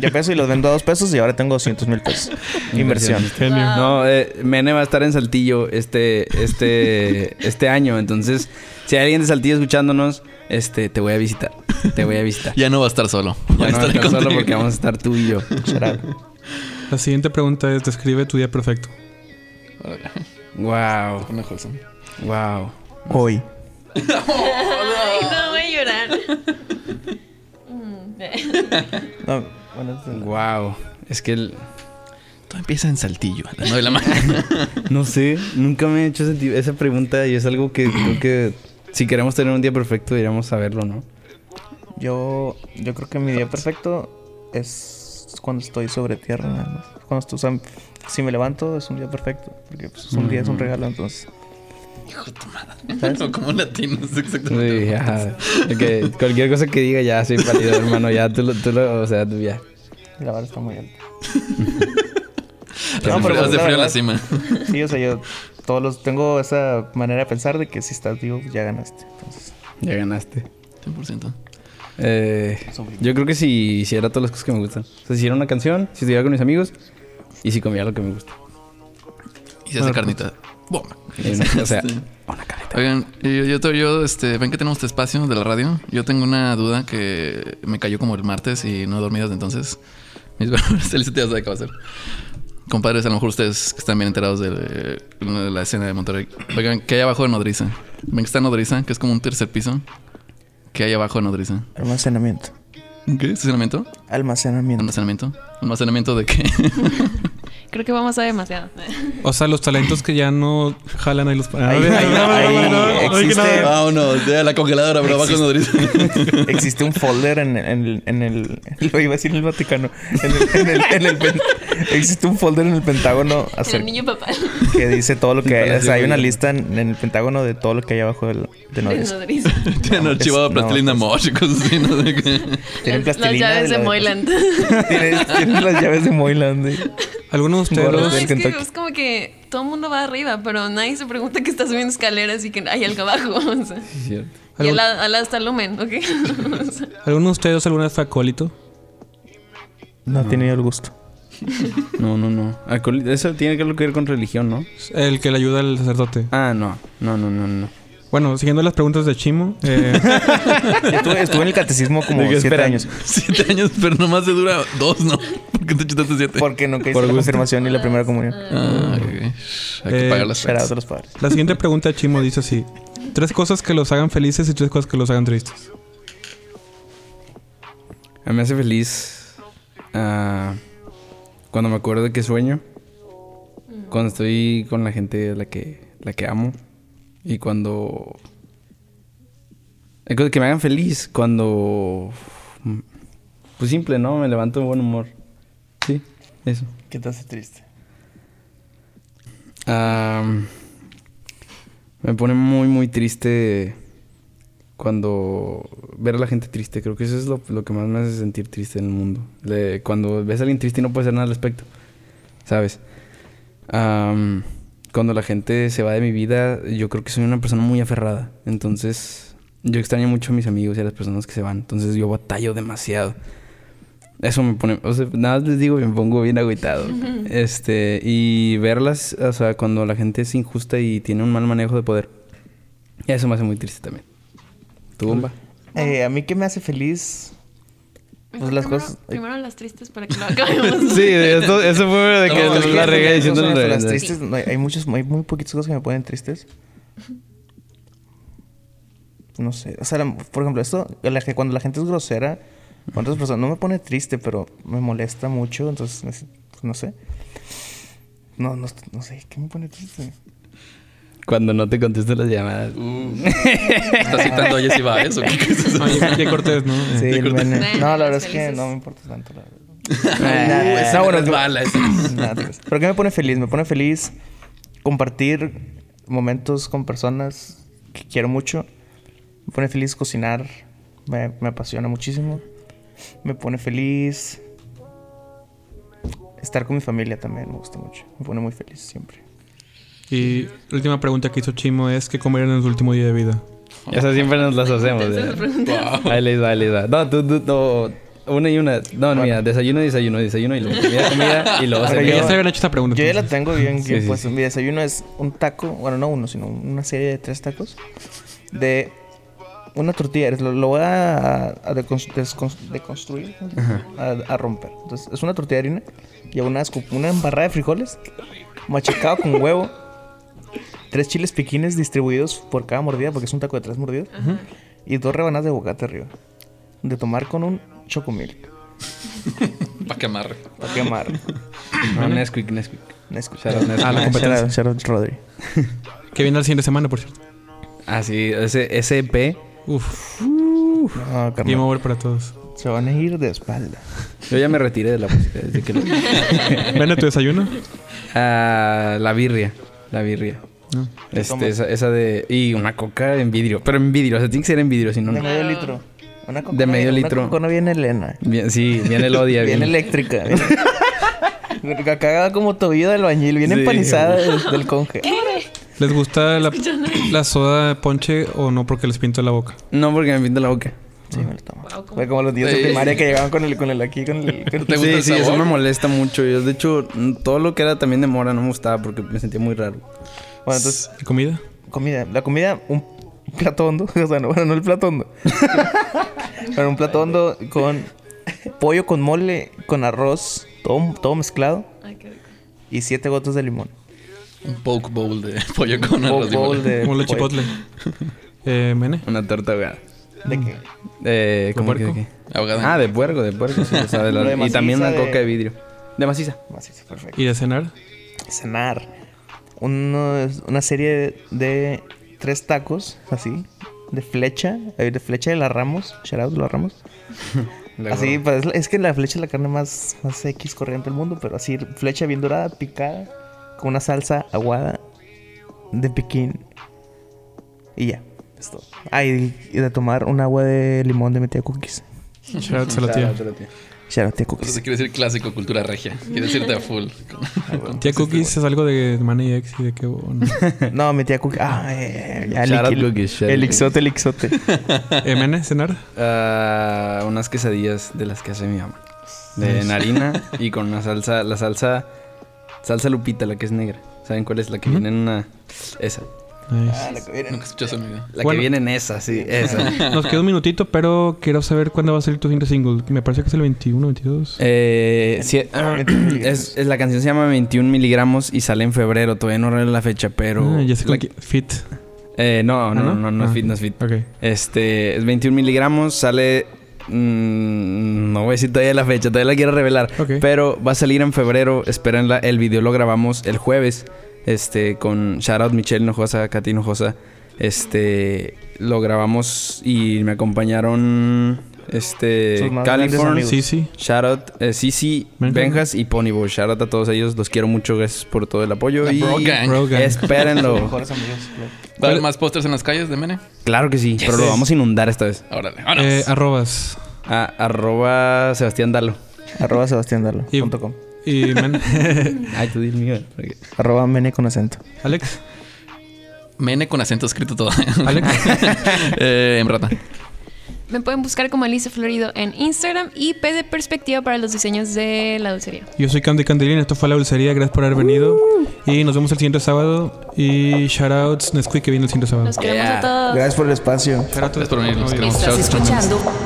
S3: Ya peso y los vendo a 2 pesos y ahora tengo 200 mil pesos. Inversión.
S1: Genio.
S6: Wow.
S2: No, eh, Mene va a estar en Saltillo este, este, este año. Entonces, si hay alguien de Saltillo escuchándonos, este, te voy a visitar. Te voy a visitar.
S4: Ya no va a estar solo.
S2: Ya no
S4: va a estar
S2: estar solo
S4: contigo.
S2: porque vamos a estar tú y yo.
S3: Shout out.
S1: La siguiente pregunta es, describe tu día perfecto.
S2: Wow,
S4: Una cosa.
S2: wow.
S3: Hoy.
S6: Ay, no, voy a llorar.
S3: No, bueno, es-
S2: Wow. Es que el-
S4: Todo empieza en Saltillo, a las 9 de la mañana.
S2: no sé, nunca me he hecho ese ti- esa pregunta y es algo que creo que si queremos tener un día perfecto deberíamos saberlo, ¿no?
S3: Yo, yo creo que mi día perfecto es cuando estoy sobre tierra nada más. Cuando estoy, o sea, si me levanto es un día perfecto, porque pues, es un día, es un regalo, entonces.
S4: Hijo de tu madre. No, como latinos, exactamente.
S2: Sí, ajá. Que cualquier cosa que diga ya soy válido, hermano, ya tú lo, tú lo- o sea, tú ya.
S3: La vara está muy alta.
S4: Hace
S3: No, pero pues,
S4: frío- hace
S3: la
S4: frío en la
S3: verdad-
S4: cima.
S3: Sí, o sea, yo todos los tengo esa manera de pensar de que si estás vivo pues, ya ganaste. Entonces,
S2: Ya ganaste.
S4: 100%.
S2: Eh, yo creo que si hiciera todas las cosas que me gustan. O sea, si hiciera una canción, si estuviera con mis amigos y si comiera lo que me gusta.
S4: Y se hace
S1: Bueno,
S4: carnita. Bomba.
S2: Y pues, no- o sea,
S4: Sí.
S2: una carita.
S4: Oigan, yo, yo, te- yo, este, ven que tenemos este espacio de la radio. Yo tengo una duda que me cayó como el martes y no he dormido desde entonces. Mis felicidades de qué va a ser. Compadres, a lo mejor ustedes que están bien enterados de, eh, de la escena de Monterrey. Oigan, ¿qué hay abajo de Nodriza? Ven que está Nodriza, que es como un tercer piso. ¿Qué hay abajo de Nodriza?
S3: almacenamiento.
S4: ¿Qué? ¿Estacionamiento?
S3: Almacenamiento.
S4: ¿Almacenamiento? ¿Almacenamiento de qué?
S6: Creo que vamos a demasiado.
S1: O sea, los talentos que ya no jalan ahí los...
S3: Ahí- ahí- ahí existe-
S4: Vámonos, Ah, de la congeladora, pero abajo de Nodriza.
S3: Existe un folder en, en el, en el. Lo iba a decir en el Vaticano. En el, en el- en el pen- existe un folder en el Pentágono
S6: El
S3: acerca-
S6: niño papá.
S3: que dice todo lo que hay. O sea, hay
S2: Palacio
S3: una
S2: Bolívar.
S3: lista en, en el Pentágono de todo lo que hay abajo del, de Nodriza.
S6: Desnodriza.
S4: Tienen archivado
S3: no,
S4: plastilina mosh y cosas así, no sé qué.
S3: Tienen
S6: Las- Las
S3: plastilina.
S6: llaves de
S3: la-
S6: Moyland.
S3: Tienen, tienen las llaves de Moyland. eh.
S1: Algunos de
S6: No,
S1: ustedes...
S3: del
S6: es que
S3: Kentucky.
S6: es como que todo el mundo va arriba, pero nadie se pregunta que está subiendo escaleras y que hay algo abajo. o sea. Y al lado al lado está Lumen, ¿ok? O sea,
S1: ¿Alguno de ustedes alguna vez fue acólito?
S3: No, tiene yo el gusto.
S2: No, no, no. Alcohol- Eso tiene que ver con religión, ¿no?
S1: El que le ayuda al sacerdote.
S2: Ah, no. No, no, no, no.
S1: Bueno, siguiendo las preguntas de Chimo, eh,
S3: Estuve, estuve en el catecismo como
S10: De que
S3: siete
S10: esperan.
S3: años.
S4: Siete años, pero nomás se dura dos, ¿no? ¿Por qué te chutaste siete?
S3: Porque nunca hice la confirmación ni la primera comunión.
S4: Ah, ok, ok. Hay que
S1: Eh,
S4: pagar las
S3: Shout out
S4: cuentas.
S3: a los padres.
S1: la siguiente pregunta de Chimo dice así: Tres cosas que los hagan felices y tres cosas que los hagan tristes.
S2: A mí me hace feliz ah, cuando me acuerdo de que sueño, cuando estoy con la gente a la que, la que amo y cuando... hay cosas que me hagan feliz cuando... Pues simple, ¿no? Me levanto de buen humor. Sí, eso.
S3: ¿Qué te hace triste?
S2: Am, Ah, me pone muy, muy triste cuando ver a la gente triste. Creo que eso es lo, lo que más me hace sentir triste en el mundo. Le- cuando ves a alguien triste y no puedes hacer nada al respecto. ¿Sabes? Am, cuando la gente se va de mi vida, yo creo que soy una persona muy aferrada. Entonces, yo extraño mucho a mis amigos y a las personas que se van. Entonces, yo batallo demasiado. Eso me pone, o sea, nada más les digo, me pongo bien agüitado. Este, y verlas, o sea, cuando la gente es injusta y tiene un mal manejo de poder. Eso me hace muy triste también. ¿Tu bomba?
S3: Eh, a mí que me hace feliz. Pues
S6: Mejor
S3: las
S6: primero-
S3: cosas.
S6: Primero las tristes para que lo acabemos.
S2: Sí, esto- eso fue de que
S3: No, es que
S2: la
S3: las
S2: regué
S3: cosas-
S2: diciendo
S3: las-
S2: al
S3: Las
S2: revés.
S3: tristes, no, hay, hay muchas, hay muy poquitas cosas que me ponen tristes. No sé. O sea, la- por ejemplo, esto, la que- cuando la gente es grosera, con otras personas, no me pone triste, pero me molesta mucho, entonces, es- no sé. No, no, no sé, ¿qué me pone triste?
S2: Cuando no te contesto las llamadas.
S4: ¿Estás citando a Jesse Baez o qué? ¿Qué es eso?
S1: Oye, Cortés, ¿no?
S3: Sí, el meme.
S6: Bueno,
S3: No, la verdad
S6: las
S3: es que
S6: felices.
S3: no me importa tanto, la verdad.
S2: Ah,
S3: Nah,
S4: Esa
S3: nah,
S4: no es
S3: nah,
S4: mala, esa.
S3: Nada, pues. ¿Pero qué me pone feliz? Me pone feliz compartir momentos con personas que quiero mucho. Me pone feliz cocinar. Me, me apasiona muchísimo. Me pone feliz estar con mi familia también. Me gusta mucho. Me pone muy feliz siempre.
S1: Y la última pregunta que hizo Chimo es: ¿Qué comieron en su último día de vida?
S2: Esas siempre nos las hacemos. ya. Ahí les va, ahí les va. No, tú, tú, no. Una y una. No, no, mira, desayuno, desayuno, desayuno y luego comida, comida y luego
S3: Ahora
S1: Porque
S3: yo-
S1: ya
S2: cenita.
S1: se habían hecho esta pregunta.
S3: Yo ya la
S1: entonces.
S3: tengo bien, bien
S2: sí,
S3: puesta. Mi desayuno es un taco, bueno, no uno, sino una serie de tres tacos de una tortilla. Es- Lo, lo voy a, a decons- descons- deconstruir, a, a romper. Entonces, es una tortilla de harina, lleva una, escu- una embarrada de frijoles, machacado con huevo, tres chiles piquines distribuidos por cada mordida, porque es un taco de tres mordidas, y dos rebanadas de bocata arriba. De tomar con un chocomil.
S4: Para que amarre.
S3: Para quemar.
S2: No, Nesquik, Nesquik.
S3: Nesquik.
S2: Shout out, Nesquik.
S1: Ah, la competencia.
S3: Shout out- shout out, Rodri.
S1: Que viene la siguiente semana, por cierto.
S2: Ah, sí, ese, ese EP.
S1: Uf,
S3: No, Ah, carnal.
S1: game over para todos.
S3: Se van a ir de espalda.
S2: Yo ya me retiré de la música desde que lo...
S1: ¿Vende tu desayuno?
S2: Ah, la birria. La birria.
S1: No.
S2: Este, esa, esa de. Y una coca en vidrio. Pero en vidrio, o sea, tiene que ser en vidrio, si no.
S3: De
S2: no.
S3: medio litro. Una
S2: De medio
S3: una
S2: litro.
S3: coca no viene Elena.
S2: Bien, sí, viene el odia.
S3: Viene
S2: bien.
S3: eléctrica. viene- Acá como tobillo del bañil. Viene empanizada del, del conge.
S1: ¿Les gusta la, la soda ponche o no porque les pinto la boca?
S2: No, porque me pinta la boca.
S3: Sí, me lo tomo.
S6: Wow, ¿cómo?
S3: Fue como los días de
S4: Sí.
S3: primaria que llegaban con el, con el aquí, con el... con el-
S4: ¿Te gusta
S2: sí,
S4: el
S2: sí, eso
S4: sabor?
S2: me molesta mucho. Yo, de hecho, n- todo lo que era también de mora no me gustaba porque me sentía muy raro.
S3: Bueno, entonces,
S1: ¿Y comida?
S3: comida. La comida, un plato hondo. O sea, no, bueno, no el plato hondo. Pero un plato hondo con pollo con mole, con arroz, todo, todo mezclado.
S6: Ay, qué rico.
S3: Y siete gotas de limón.
S4: Un poke bowl de pollo con arroz.
S3: Bowl- bowl
S4: igual.
S3: de
S1: Como lo
S3: pollo.
S1: chipotle. Eh, Mene.
S2: Una torta ahogada.
S3: ¿De
S2: Mm.
S3: qué?
S2: Eh, ¿Cómo que de
S1: puerco?
S2: qué?
S4: Ahogada.
S2: Ah, de puerco, de puerco. sí, o sea, de la-
S3: Lo de
S2: y también
S3: maciza,
S2: una
S3: de-
S2: coca de vidrio. De maciza.
S3: Macizo, perfecto.
S1: ¿Y de cenar?
S3: cenar uno- una serie de tres tacos, así, de flecha, eh, de flecha de la Ramos, shout out de la Ramos. así, pues, es la- es que la flecha es la carne más, más X corriente del mundo, pero así, flecha bien dorada, picada, con una salsa aguada de piquín. Y ya, es todo. Ah, y, y de tomar un agua de limón de mi tía Cookies.
S1: Shout out a la tía.
S3: Shout out, tía
S4: Eso
S3: Cookies.
S4: quiere decir clásico, cultura regia. Quiere decirte a full.
S1: Tía Cookies es algo de Manny X y de oh, qué bueno.
S3: No, mi tía Cookies. Ah, eh, ya,
S2: Shout out
S3: liqui-
S2: Cookies, shout out
S3: El ixote, el ixote.
S1: Eh, Mene, cenar.
S2: Ah, unas quesadillas de las que hace mi mamá. De en harina y con una salsa, la salsa, salsa lupita, la que es negra. ¿Saben cuál es? La que viene en una, esa.
S1: Nice.
S3: la que viene.
S4: Nunca escuché eso en mi vida.
S5: La
S1: Bueno.
S5: que viene en esa, sí, esa.
S1: Nos queda un minutito, pero quiero saber cuándo va a salir tu siguiente single. Me parece que es el 21, 22.
S2: Eh, sí, es, es- la canción se llama 21 miligramos y sale en febrero. Todavía no revela la fecha, pero.
S1: Ah, ya sé con
S2: la-
S1: quién- Fit.
S2: eh, no, no,
S1: ¿Ah, no?
S2: no, no, no
S1: Ah.
S2: es fit, no es fit.
S1: Ok.
S2: Este, es 21 miligramos, sale. mm, no voy a decir todavía la fecha, todavía la quiero revelar.
S1: Ok.
S2: Pero va a salir en febrero, espérenla. El video lo grabamos el jueves. Este, con Shoutout Michelle Nojosa, Katy Nojosa. Este, lo grabamos y me acompañaron. Este,
S3: Sus más grandes
S2: California.
S3: amigos.
S1: Sí, sí.
S2: Shoutout, eh, Sisi,
S1: Benja.
S2: Benjas y Ponyboy. Shoutout a todos ellos. Los quiero mucho. Gracias por todo el apoyo. Y
S4: Bro Gang.
S1: Bro gang.
S2: espérenlo.
S3: Mejores amigos. claro.
S4: ¿Va a haber más pósters en las calles de Mene?
S2: claro que sí, pero lo vamos a inundar esta vez.
S4: Órale,
S1: Eh,
S4: vámonos.
S1: arrobas.
S2: A- arroba Sebastián Dalo.
S3: Arroba Sebastián Darlo.
S1: Y-
S3: punto com.
S1: Y men-
S2: Ay, tú dime. mío.
S3: Arroba Mene con acento.
S1: Alex.
S4: Mene con acento escrito todo.
S1: Alex.
S4: eh, en rata.
S6: Me pueden buscar como Alicia Florido en Instagram y P de perspectiva para los diseños de la dulcería.
S1: Yo soy Candy Candelín. Esto fue La Dulcería. Gracias por haber venido.
S2: Uh.
S1: Y nos vemos el siguiente sábado. Y shoutouts Nesquik que viene el siguiente sábado.
S6: Los queremos a todos.
S3: Gracias por el espacio.
S1: Shoutouts
S4: Gracias por venir, los queremos.
S6: Estás
S4: Chao, chao, chao.
S6: escuchando